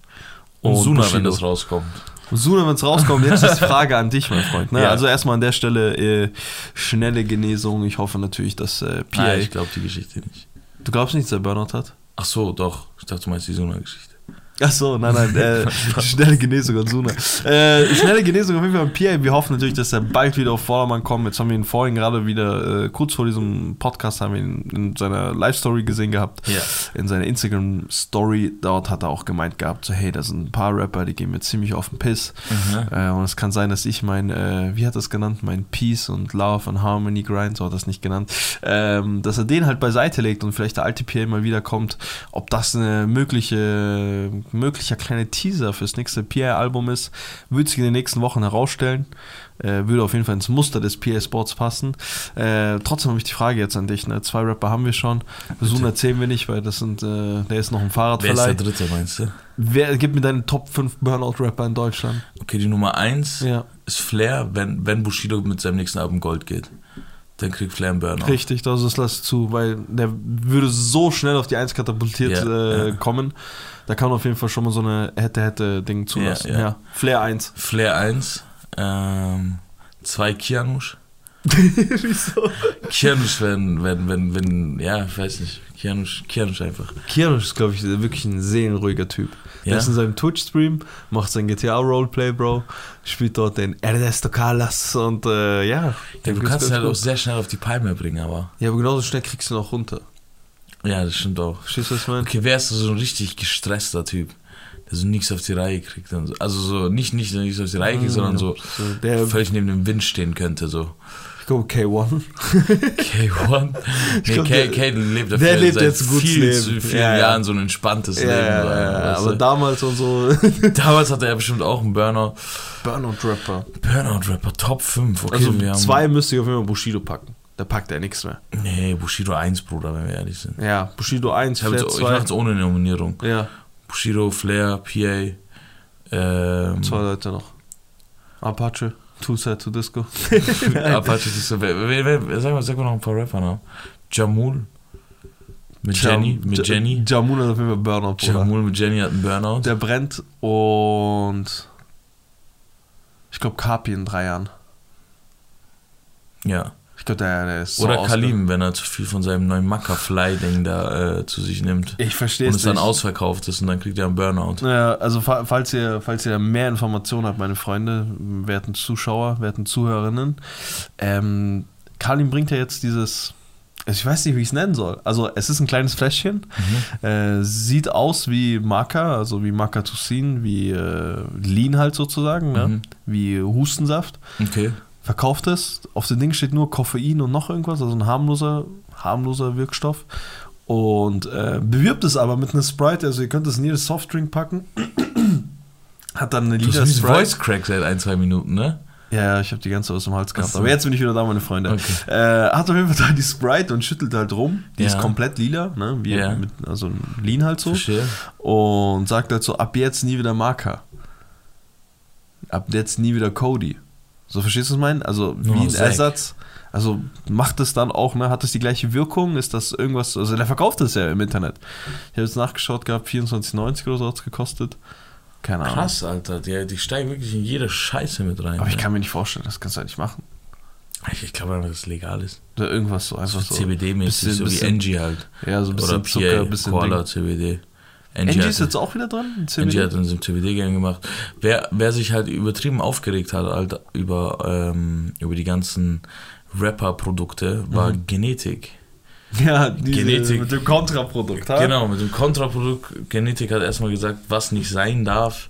Speaker 1: Und Suna, wenn
Speaker 2: Bushido.
Speaker 1: das rauskommt.
Speaker 2: Und Suna, wenn es rauskommt. Jetzt ist die Frage an dich, mein Freund. Ne?
Speaker 1: Ja.
Speaker 2: Also erstmal an der Stelle äh, schnelle Genesung. Ich hoffe natürlich, dass äh, PA...
Speaker 1: Nein, ich glaube die Geschichte nicht.
Speaker 2: du glaubst nicht, dass er Burnout hat?
Speaker 1: Ach so, doch. Ich dachte, du meinst die Suna-Geschichte.
Speaker 2: Ach so, nein, nein, äh, schnelle Genesung an Suna. Äh, schnelle Genesung auf jeden Fall an Pierre. Wir hoffen natürlich, dass er bald wieder auf Vordermann kommt. Jetzt haben wir ihn vorhin gerade wieder, äh, kurz vor diesem Podcast, haben wir ihn in seiner Live-Story gesehen gehabt.
Speaker 1: Ja.
Speaker 2: In seiner Instagram-Story, dort hat er auch gemeint gehabt, so hey, da sind ein paar Rapper, die gehen mir ziemlich auf den Piss.
Speaker 1: Mhm.
Speaker 2: Äh, und es kann sein, dass ich mein, äh, wie hat er es genannt, mein Peace und Love und Harmony Grind, so hat er es nicht genannt, ähm, dass er den halt beiseite legt und vielleicht der alte PA mal wiederkommt, ob das eine mögliche, möglicher kleine Teaser fürs nächste PA-Album ist, wird sich in den nächsten Wochen herausstellen. Äh, würde auf jeden Fall ins Muster des PA Sports passen. Äh, trotzdem habe ich die Frage jetzt an dich. Ne? Zwei Rapper haben wir schon. Suna erzählen wir nicht, weil das sind, äh, der ist noch im
Speaker 1: Wer ist der
Speaker 2: Fahrradverleih.
Speaker 1: Dritte, meinst du?
Speaker 2: Wer, gib mir deine Top 5 Burnout-Rapper in Deutschland.
Speaker 1: Okay, die Nummer 1
Speaker 2: Ja.
Speaker 1: ist Flair, wenn, wenn Bushido mit seinem nächsten Album Gold geht. Dann kriegt Flair einen Burnout.
Speaker 2: Richtig, das, das lass zu, weil der würde so schnell auf die 1
Speaker 1: Ja,
Speaker 2: katapultiert äh,
Speaker 1: ja.
Speaker 2: kommen. Da kann man auf jeden Fall schon mal so eine Hätte-Hätte-Ding zulassen. Ja,
Speaker 1: Ja, ja.
Speaker 2: Flair 1.
Speaker 1: Flair 1, ähm, zwei Kianusch.
Speaker 2: Wieso?
Speaker 1: Kianusch, wenn, wenn, wenn, wenn, ja, ich weiß nicht. Kianusch, Kianusch einfach.
Speaker 2: Kianosch ist, glaube ich, wirklich ein seelenruhiger Typ.
Speaker 1: Ja?
Speaker 2: Der ist in seinem Twitch-Stream, macht sein GTA-Roleplay, Bro, spielt dort den Ernesto Carlas und äh, ja.
Speaker 1: Ja,
Speaker 2: dem
Speaker 1: du
Speaker 2: geht's
Speaker 1: kannst ihn
Speaker 2: ganz
Speaker 1: halt auch
Speaker 2: gut.
Speaker 1: sehr schnell auf die Palme bringen, aber.
Speaker 2: Ja, aber genauso schnell kriegst du ihn auch runter.
Speaker 1: Ja, das stimmt auch.
Speaker 2: Verstehst du, was ich meine?
Speaker 1: Okay, wer ist so ein richtig gestresster Typ, der so nichts auf die Reihe kriegt? Und so. Also so nicht, nicht, der nichts auf die Reihe kriegt, sondern so
Speaker 2: Mm. Der,
Speaker 1: völlig neben dem Wind stehen könnte, so.
Speaker 2: ich glaube, K1.
Speaker 1: K1? Nee,
Speaker 2: glaub,
Speaker 1: K,
Speaker 2: der-
Speaker 1: K lebt
Speaker 2: der
Speaker 1: dafür
Speaker 2: lebt
Speaker 1: seit
Speaker 2: jetzt ein gutes
Speaker 1: viel
Speaker 2: Leben.
Speaker 1: zu vielen
Speaker 2: Ja, ja.
Speaker 1: Jahren so ein entspanntes
Speaker 2: Ja,
Speaker 1: Leben.
Speaker 2: ja,
Speaker 1: so,
Speaker 2: ja,
Speaker 1: weißt
Speaker 2: aber
Speaker 1: du?
Speaker 2: damals und so.
Speaker 1: Also Damals hatte er bestimmt auch einen Burner.
Speaker 2: Burnout-Rapper.
Speaker 1: Burnout-Rapper, Top 5. Okay,
Speaker 2: Also
Speaker 1: wir haben,
Speaker 2: zwei müsste ich auf jeden Fall Bushido packen. Da packt er nichts mehr.
Speaker 1: Nee, Bushido 1, Bruder, wenn wir ehrlich sind.
Speaker 2: Ja, Bushido 1,
Speaker 1: Ich, hab
Speaker 2: Flair
Speaker 1: jetzt, ich mach
Speaker 2: 2.
Speaker 1: jetzt ohne Nominierung.
Speaker 2: Ja,
Speaker 1: Bushido, Flair, PA. Ähm,
Speaker 2: zwei Leute noch. Apache, Two Side to Disco.
Speaker 1: Apache ist so. Wer, wer, wer, sag, mal, sag mal noch ein paar Rapper Namen. Jamul. Mit Jenny. Mit
Speaker 2: Ja-
Speaker 1: Jenny.
Speaker 2: Jamun hat auf jeden Fall Burnout, Bruder.
Speaker 1: Jamul mit Jenny hat einen Burnout.
Speaker 2: Der brennt und ich glaube Kapi in drei Jahren.
Speaker 1: ja.
Speaker 2: Ich glaube, der, der ist so
Speaker 1: Oder
Speaker 2: ausge-
Speaker 1: Kalim, wenn er zu viel von seinem neuen Macker-Fly-Ding da äh, zu sich nimmt.
Speaker 2: Ich verstehe
Speaker 1: Und
Speaker 2: es
Speaker 1: es dann
Speaker 2: nicht.
Speaker 1: ausverkauft ist und dann kriegt er einen Burnout.
Speaker 2: Ja, also fa falls ihr, falls ihr mehr Informationen habt, meine Freunde, werten Zuschauer, werten Zuhörerinnen, ähm, Kalim bringt ja jetzt dieses, also ich weiß nicht, wie ich es nennen soll. Also es ist ein kleines Fläschchen, äh, sieht aus wie Marker, also wie Markatusin, wie äh, Lean halt sozusagen, ne?
Speaker 1: Mhm.
Speaker 2: wie Hustensaft.
Speaker 1: Okay.
Speaker 2: Verkauft es, auf dem Ding steht nur Koffein und noch irgendwas, also ein harmloser, harmloser Wirkstoff. Und äh, bewirbt es aber mit einer Sprite, also ihr könnt es in jedes Softdrink packen. Hat dann eine
Speaker 1: Du
Speaker 2: Liter
Speaker 1: hast
Speaker 2: Sprite.
Speaker 1: Voice Crack seit ein, zwei Minuten, ne?
Speaker 2: Ja, ja, ich habe die ganze aus dem Hals gehabt.
Speaker 1: Ach so.
Speaker 2: Aber jetzt bin ich wieder da, meine Freunde.
Speaker 1: Okay.
Speaker 2: Äh, hat auf jeden Fall da die Sprite und schüttelt halt rum. Die
Speaker 1: Ja.
Speaker 2: ist komplett lila, ne? Wie
Speaker 1: Ja.
Speaker 2: mit, also lean halt so.
Speaker 1: Verstehe.
Speaker 2: Und sagt halt so, ab jetzt nie wieder Marker. Ab jetzt nie wieder Cody. So verstehst du was ich meine? Also wie
Speaker 1: Nur
Speaker 2: ein
Speaker 1: Zack.
Speaker 2: Ersatz. Also macht es dann auch, ne? Hat es die gleiche Wirkung? Ist das irgendwas? Also der verkauft es ja im Internet. Ich habe jetzt nachgeschaut gehabt, 24,90 oder so hat es gekostet. Keine Ahnung.
Speaker 1: Krass, Alter. Die, die steigen wirklich in jede Scheiße mit rein.
Speaker 2: Ah. Aber ich
Speaker 1: ne?
Speaker 2: kann mir nicht vorstellen, das kannst du ja nicht machen.
Speaker 1: Ich, ich glaube einfach, dass es legal ist.
Speaker 2: Oder irgendwas so einfach so.
Speaker 1: CBD-mäßig,
Speaker 2: bisschen-
Speaker 1: so wie
Speaker 2: bisschen-
Speaker 1: Angie halt.
Speaker 2: Ja, so ein bisschen
Speaker 1: Oder
Speaker 2: Zucker,
Speaker 1: PA,
Speaker 2: ein bisschen
Speaker 1: Koala,
Speaker 2: Ding.
Speaker 1: CBD.
Speaker 2: Angie ist
Speaker 1: hat-
Speaker 2: jetzt auch wieder dran?
Speaker 1: Angie hat uns im CBD-Game gemacht. Wer, wer sich halt übertrieben aufgeregt hat, halt über, ähm, über die ganzen Rapper-Produkte, war Genetik.
Speaker 2: Ja, diese,
Speaker 1: Genetik.
Speaker 2: mit dem Kontraprodukt. ha?
Speaker 1: Genau, mit dem Kontraprodukt. Genetik hat erstmal gesagt, was nicht sein darf.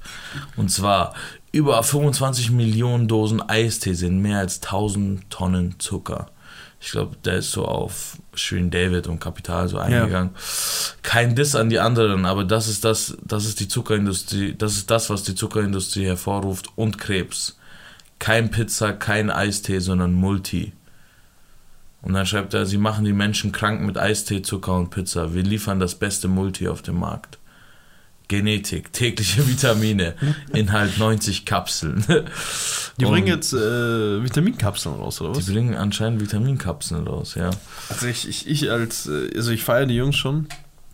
Speaker 1: Und zwar über 25 Millionen Dosen Eistee sind mehr als 1000 Tonnen Zucker. Ich glaube, der ist so auf Schön David und Kapital so eingegangen. Kein Diss an die anderen, aber das ist das, das ist die Zuckerindustrie, das ist das, was die Zuckerindustrie hervorruft und Krebs. Kein Pizza, kein Eistee, sondern Multi. Und dann schreibt er, sie machen die Menschen krank mit Eistee, Zucker und Pizza. Wir liefern das beste Multi auf dem Markt. Genetik, tägliche Vitamine, Inhalt 90 Kapseln.
Speaker 2: Die
Speaker 1: Und
Speaker 2: bringen jetzt äh, Vitaminkapseln raus, oder
Speaker 1: Die
Speaker 2: was?
Speaker 1: bringen anscheinend Vitaminkapseln raus, ja.
Speaker 2: Also ich, ich, ich als, äh, also ich feiere die Jungs schon,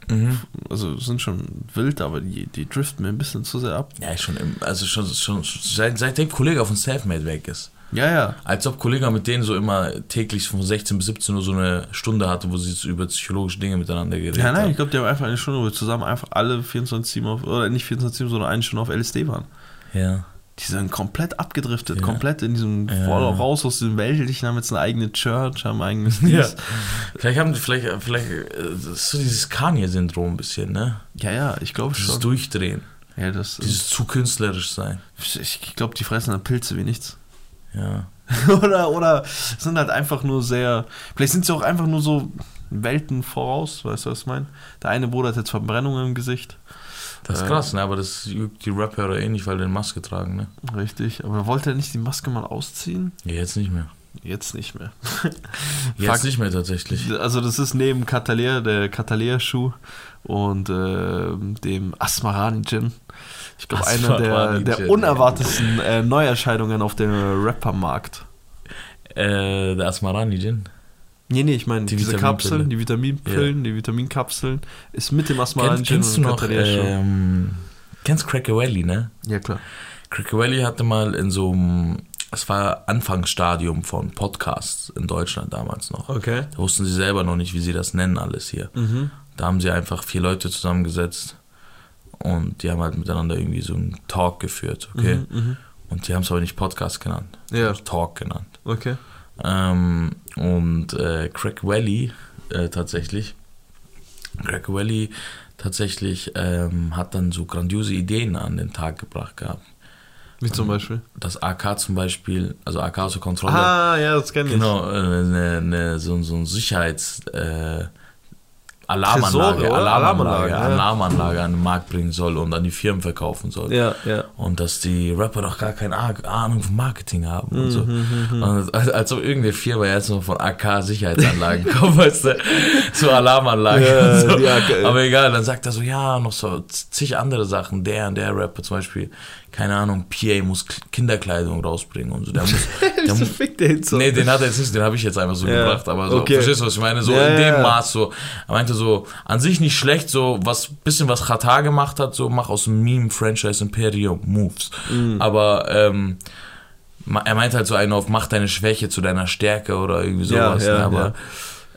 Speaker 1: Mhm.
Speaker 2: also sind schon wild, aber die, die driften mir ein bisschen zu sehr ab.
Speaker 1: Ja, schon, im, also schon, schon seit, seit der Kollege von Selfmade weg ist.
Speaker 2: Ja, ja.
Speaker 1: Als ob Kollege mit denen so immer täglich von 16 bis 17 Uhr so eine Stunde hatte, wo sie so über psychologische Dinge miteinander geredet
Speaker 2: Ja, nein,
Speaker 1: haben.
Speaker 2: ich glaube, die haben einfach eine Stunde, wo wir zusammen einfach alle 24-7 auf, oder nicht 24-7, sondern eine Stunde auf LSD waren.
Speaker 1: Ja.
Speaker 2: Die sind komplett abgedriftet,
Speaker 1: Ja.
Speaker 2: komplett in diesem
Speaker 1: Ja.
Speaker 2: voll raus aus dem Weltlichen, haben jetzt eine eigene Church, haben ein eigenes
Speaker 1: Ja.
Speaker 2: Dings.
Speaker 1: Vielleicht haben die, vielleicht, vielleicht, äh, das ist so dieses Kanye-Syndrom ein bisschen, ne?
Speaker 2: Ja, ja, ich glaube
Speaker 1: Dieses
Speaker 2: schon.
Speaker 1: Durchdrehen,
Speaker 2: Ja, das
Speaker 1: dieses zu künstlerisch sein.
Speaker 2: ich glaube, die fressen dann Pilze wie nichts.
Speaker 1: Ja.
Speaker 2: oder, oder sind halt einfach nur sehr. Vielleicht sind sie auch einfach nur so Welten voraus, weißt du, was ich meine? Der eine Bruder hat jetzt Verbrennungen im Gesicht.
Speaker 1: Das ist
Speaker 2: Äh.
Speaker 1: krass, ne? Aber das juckt die Rapper eh nicht, weil die eine Maske tragen, ne?
Speaker 2: Richtig. Aber wollte er nicht die Maske mal ausziehen?
Speaker 1: Ja, jetzt nicht mehr.
Speaker 2: Jetzt nicht mehr.
Speaker 1: Jetzt
Speaker 2: Fuck.
Speaker 1: nicht mehr tatsächlich.
Speaker 2: Also, das ist neben Catalea, der Catalea-Schuh und ähm, dem Asmarani-Gin. Ich glaube, einer der,
Speaker 1: Asmarani-Gin,
Speaker 2: der unerwartesten äh, Neuerscheinungen auf dem Rappermarkt.
Speaker 1: Äh, der Asmarani-Gin.
Speaker 2: Nee, nee, ich meine,
Speaker 1: Die
Speaker 2: diese
Speaker 1: Vitaminpille.
Speaker 2: Kapseln, die Vitaminpillen, die Vitaminkapseln, ist mit dem Asmarani-Gin
Speaker 1: Kenn, kennst du noch,
Speaker 2: Catalea-Schuh.
Speaker 1: ähm, kennst Crackawelli, ne?
Speaker 2: Ja, klar.
Speaker 1: Crackawelli hatte mal in so einem, es war Anfangsstadium von Podcasts in Deutschland damals noch.
Speaker 2: Okay.
Speaker 1: Da wussten sie selber noch nicht, wie sie das nennen alles hier.
Speaker 2: Mhm,
Speaker 1: Da haben sie einfach vier Leute zusammengesetzt und die haben halt miteinander irgendwie so einen Talk geführt, okay? Und die haben es aber nicht Podcast genannt,
Speaker 2: mhm, Ja,
Speaker 1: Talk genannt.
Speaker 2: okay.
Speaker 1: Ähm, und äh, Craig Valley äh, tatsächlich. Craig Valley tatsächlich ähm, hat dann so grandiose Ideen an den Tag gebracht gehabt.
Speaker 2: Wie zum Beispiel.
Speaker 1: Das AK zum Beispiel, also AK zur Kontrolle.
Speaker 2: Ah, ja, das kenne ich.
Speaker 1: Genau, äh, ne, ne, so, so ein Sicherheits... Äh,
Speaker 2: Tresore,
Speaker 1: Alarmanlage,
Speaker 2: oder?
Speaker 1: Alarmanlage,
Speaker 2: Alarmanlage, ja.
Speaker 1: Alarmanlage an den Markt bringen soll und an die Firmen verkaufen soll.
Speaker 2: Ja, ja.
Speaker 1: Und dass die Rapper doch gar keine Ah- Ahnung von Marketing haben und
Speaker 2: Mhm,
Speaker 1: so. Und als, als ob irgendeine Firma jetzt noch von AK-Sicherheitsanlagen kommt, weißt du, zur Alarmanlage.
Speaker 2: Ja,
Speaker 1: und so.
Speaker 2: die AK
Speaker 1: Aber egal, dann sagt er so, ja, noch so zig andere Sachen. Der und der Rapper zum Beispiel, keine Ahnung, PA muss K- Kinderkleidung rausbringen und so. Der muss, der
Speaker 2: Wieso
Speaker 1: muss
Speaker 2: fickt der hin so?
Speaker 1: Nee, den hat er jetzt nicht, den habe ich jetzt einfach so
Speaker 2: Ja,
Speaker 1: gebracht, aber so,
Speaker 2: okay.
Speaker 1: verstehst du, was ich meine? So
Speaker 2: Ja,
Speaker 1: in
Speaker 2: ja,
Speaker 1: dem
Speaker 2: ja.
Speaker 1: Maß so. Er meinte so, an sich nicht schlecht, so was, bisschen was Katar gemacht hat, so mach aus dem Meme-Franchise Imperium Moves.
Speaker 2: Mhm.
Speaker 1: Aber, ähm, ma- er meinte halt so einen auf, mach deine Schwäche zu deiner Stärke oder irgendwie
Speaker 2: Ja,
Speaker 1: sowas,
Speaker 2: ja,
Speaker 1: ne? aber,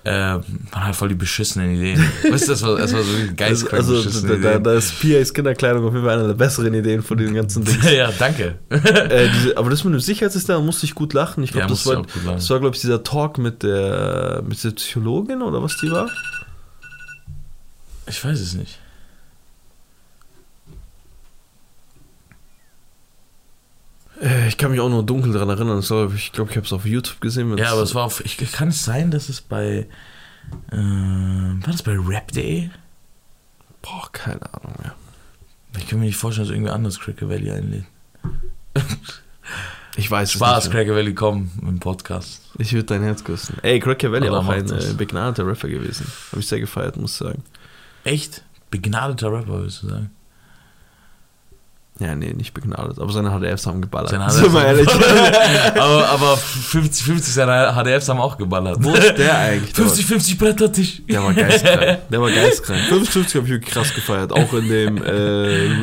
Speaker 1: ähm, man hat voll die beschissenen Ideen. weißt du, das war, das war so
Speaker 2: Also,
Speaker 1: geistkrank also,
Speaker 2: also da,
Speaker 1: beschissene
Speaker 2: da,
Speaker 1: Ideen.
Speaker 2: da ist PAs Kinderkleidung auf jeden Fall eine der besseren Ideen von den ganzen Dingen.
Speaker 1: ja, danke.
Speaker 2: äh, diese, aber das mit dem Sicherheitssystem musste ich gut lachen. Ich glaube,
Speaker 1: Ja,
Speaker 2: das,
Speaker 1: musste
Speaker 2: war,
Speaker 1: auch gut lachen.
Speaker 2: das war, glaube ich, dieser Talk mit der, mit der Psychologin oder was die war.
Speaker 1: Ich weiß es nicht.
Speaker 2: Äh, ich kann mich auch nur dunkel dran erinnern. Das war, ich glaube, ich habe es auf YouTube gesehen.
Speaker 1: Ja, aber es war auf, ich, kann es sein, dass es bei Ähm, war das bei Rap Day?
Speaker 2: Boah, keine Ahnung mehr.
Speaker 1: Ich kann mir nicht vorstellen, dass irgendwer anders Cracker Valley einlädt.
Speaker 2: Ich weiß
Speaker 1: Spaß,
Speaker 2: es nicht. mehr.
Speaker 1: Cracker Valley, komm, im Podcast.
Speaker 2: Ich würde dein Herz küssen. Ey, Cracker Valley
Speaker 1: Oder
Speaker 2: auch
Speaker 1: macht
Speaker 2: ein
Speaker 1: das.
Speaker 2: äh, begnadeter Rapper gewesen. Habe ich sehr gefeiert, muss ich sagen.
Speaker 1: Echt? Begnadeter Rapper, würdest du sagen.
Speaker 2: Ja, nee, nicht begnadet. Aber seine HDFs haben geballert.
Speaker 1: Seine
Speaker 2: Sind wir ehrlich.
Speaker 1: aber aber 50, 50 seiner HDFs haben auch geballert.
Speaker 2: Wo ist der eigentlich?
Speaker 1: 50, 50 Brettertisch.
Speaker 2: Der war geistkrank. Der war geistkrank. 55 habe ich wirklich krass gefeiert. Auch in dem äh,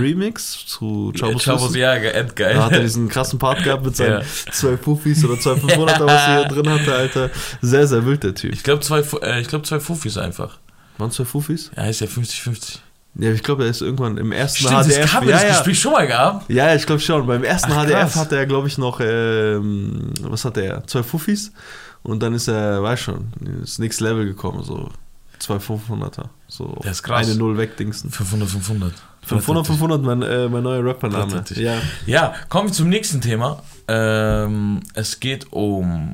Speaker 2: Remix zu Chabos
Speaker 1: Chabos,
Speaker 2: Füßen.
Speaker 1: ja, ge- endgeil.
Speaker 2: Da hat er diesen krassen Part gehabt mit seinen
Speaker 1: Ja.
Speaker 2: zwei Puffis oder zwei 500er, was er hier drin hatte, Alter. Sehr, sehr wild, der Typ.
Speaker 1: ich glaube, zwei, Fu- äh, ich glaub, zwei Fufis einfach.
Speaker 2: Waren zwei Puffis?
Speaker 1: Er heißt ja 50-50.
Speaker 2: Ja, ich glaube, er ist irgendwann im ersten
Speaker 1: Stimmt,
Speaker 2: HDF.
Speaker 1: das haben wir
Speaker 2: ja,
Speaker 1: das
Speaker 2: ja.
Speaker 1: Gespräch schon mal gehabt.
Speaker 2: Ja, ja, ich glaube schon. Beim ersten
Speaker 1: Ach,
Speaker 2: HDF
Speaker 1: krass.
Speaker 2: hatte er, glaube ich, noch, ähm, was hatte er? Zwei Fuffis. Und dann ist er, weiß schon, ins nächste Level gekommen, so. Zwei 500er. So
Speaker 1: Das ist krass.
Speaker 2: eine Null wegdingsen.
Speaker 1: 500, 500.
Speaker 2: 500, 500, mein, äh, mein neuer Rappername.
Speaker 1: Brettertisch.
Speaker 2: Ja.
Speaker 1: Ja, kommen wir zum nächsten Thema. Ähm, es geht um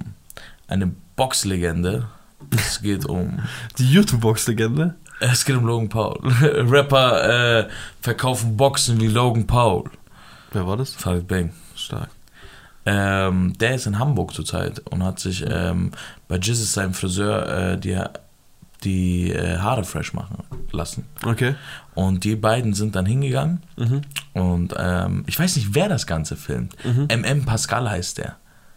Speaker 1: eine Boxlegende. Es geht um.
Speaker 2: Die YouTube-Box-Legende.
Speaker 1: es geht um Logan Paul. Rapper äh, verkaufen Boxen wie Logan Paul.
Speaker 2: Wer war das?
Speaker 1: Farid Bang.
Speaker 2: Stark.
Speaker 1: Ähm, der ist in Hamburg zurzeit und hat sich ähm, bei Jesus seinem Friseur äh, die, die äh, Haare fresh machen lassen.
Speaker 2: Okay. Mhm.
Speaker 1: Und die beiden sind dann hingegangen und ähm, ich weiß nicht, wer das Ganze filmt. MM Pascal heißt der.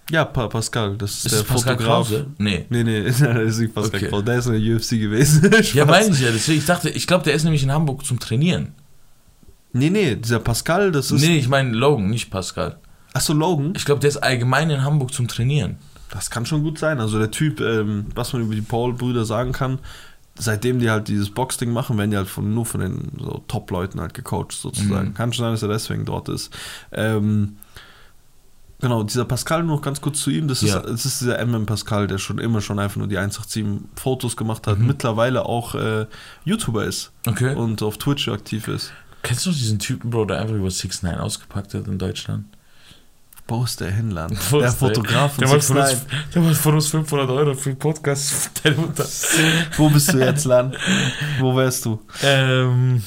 Speaker 2: Ja, pa Pascal, das ist,
Speaker 1: Ist
Speaker 2: der
Speaker 1: es Pascal
Speaker 2: Fotograf.
Speaker 1: Krause? Nee.
Speaker 2: Nee, nee, das ist nicht Pascal
Speaker 1: Okay.
Speaker 2: Krause. Der ist in der UFC gewesen.
Speaker 1: Ja,
Speaker 2: Spaß.
Speaker 1: meine ich ja. Deswegen, ich dachte, ich glaube, der ist nämlich in Hamburg zum Trainieren.
Speaker 2: Nee, nee, dieser Pascal, das ist.
Speaker 1: Nee, ich meine Logan, nicht Pascal.
Speaker 2: Achso, Logan.
Speaker 1: Ich glaube, der ist allgemein in Hamburg zum Trainieren.
Speaker 2: Das kann schon gut sein. Also der Typ, ähm, was man über die Paul-Brüder sagen kann, seitdem die halt dieses Boxding machen, werden die halt von, nur von den so Top-Leuten halt gecoacht sozusagen. Kann schon sein, dass er deswegen dort ist. Ähm, genau, dieser Pascal, nur noch ganz kurz zu ihm, das,
Speaker 1: Ja.
Speaker 2: ist, das ist dieser MM Pascal, der schon immer schon einfach nur die 187 Fotos gemacht hat, mittlerweile auch äh, YouTuber ist
Speaker 1: Okay.
Speaker 2: und auf Twitch aktiv ist.
Speaker 1: Kennst du noch diesen Typen, Bro, der einfach über 6 9 ausgepackt hat in Deutschland?
Speaker 2: Wo ist der Hinland? Der Fotograf
Speaker 1: Der
Speaker 2: von
Speaker 1: wollte von,
Speaker 2: 6ix9ine.
Speaker 1: uns- der wollte von uns 500 Euro für den Podcast. Deine Mutter.
Speaker 2: Wo bist du jetzt, Lan? Wo wärst du?
Speaker 1: Ähm,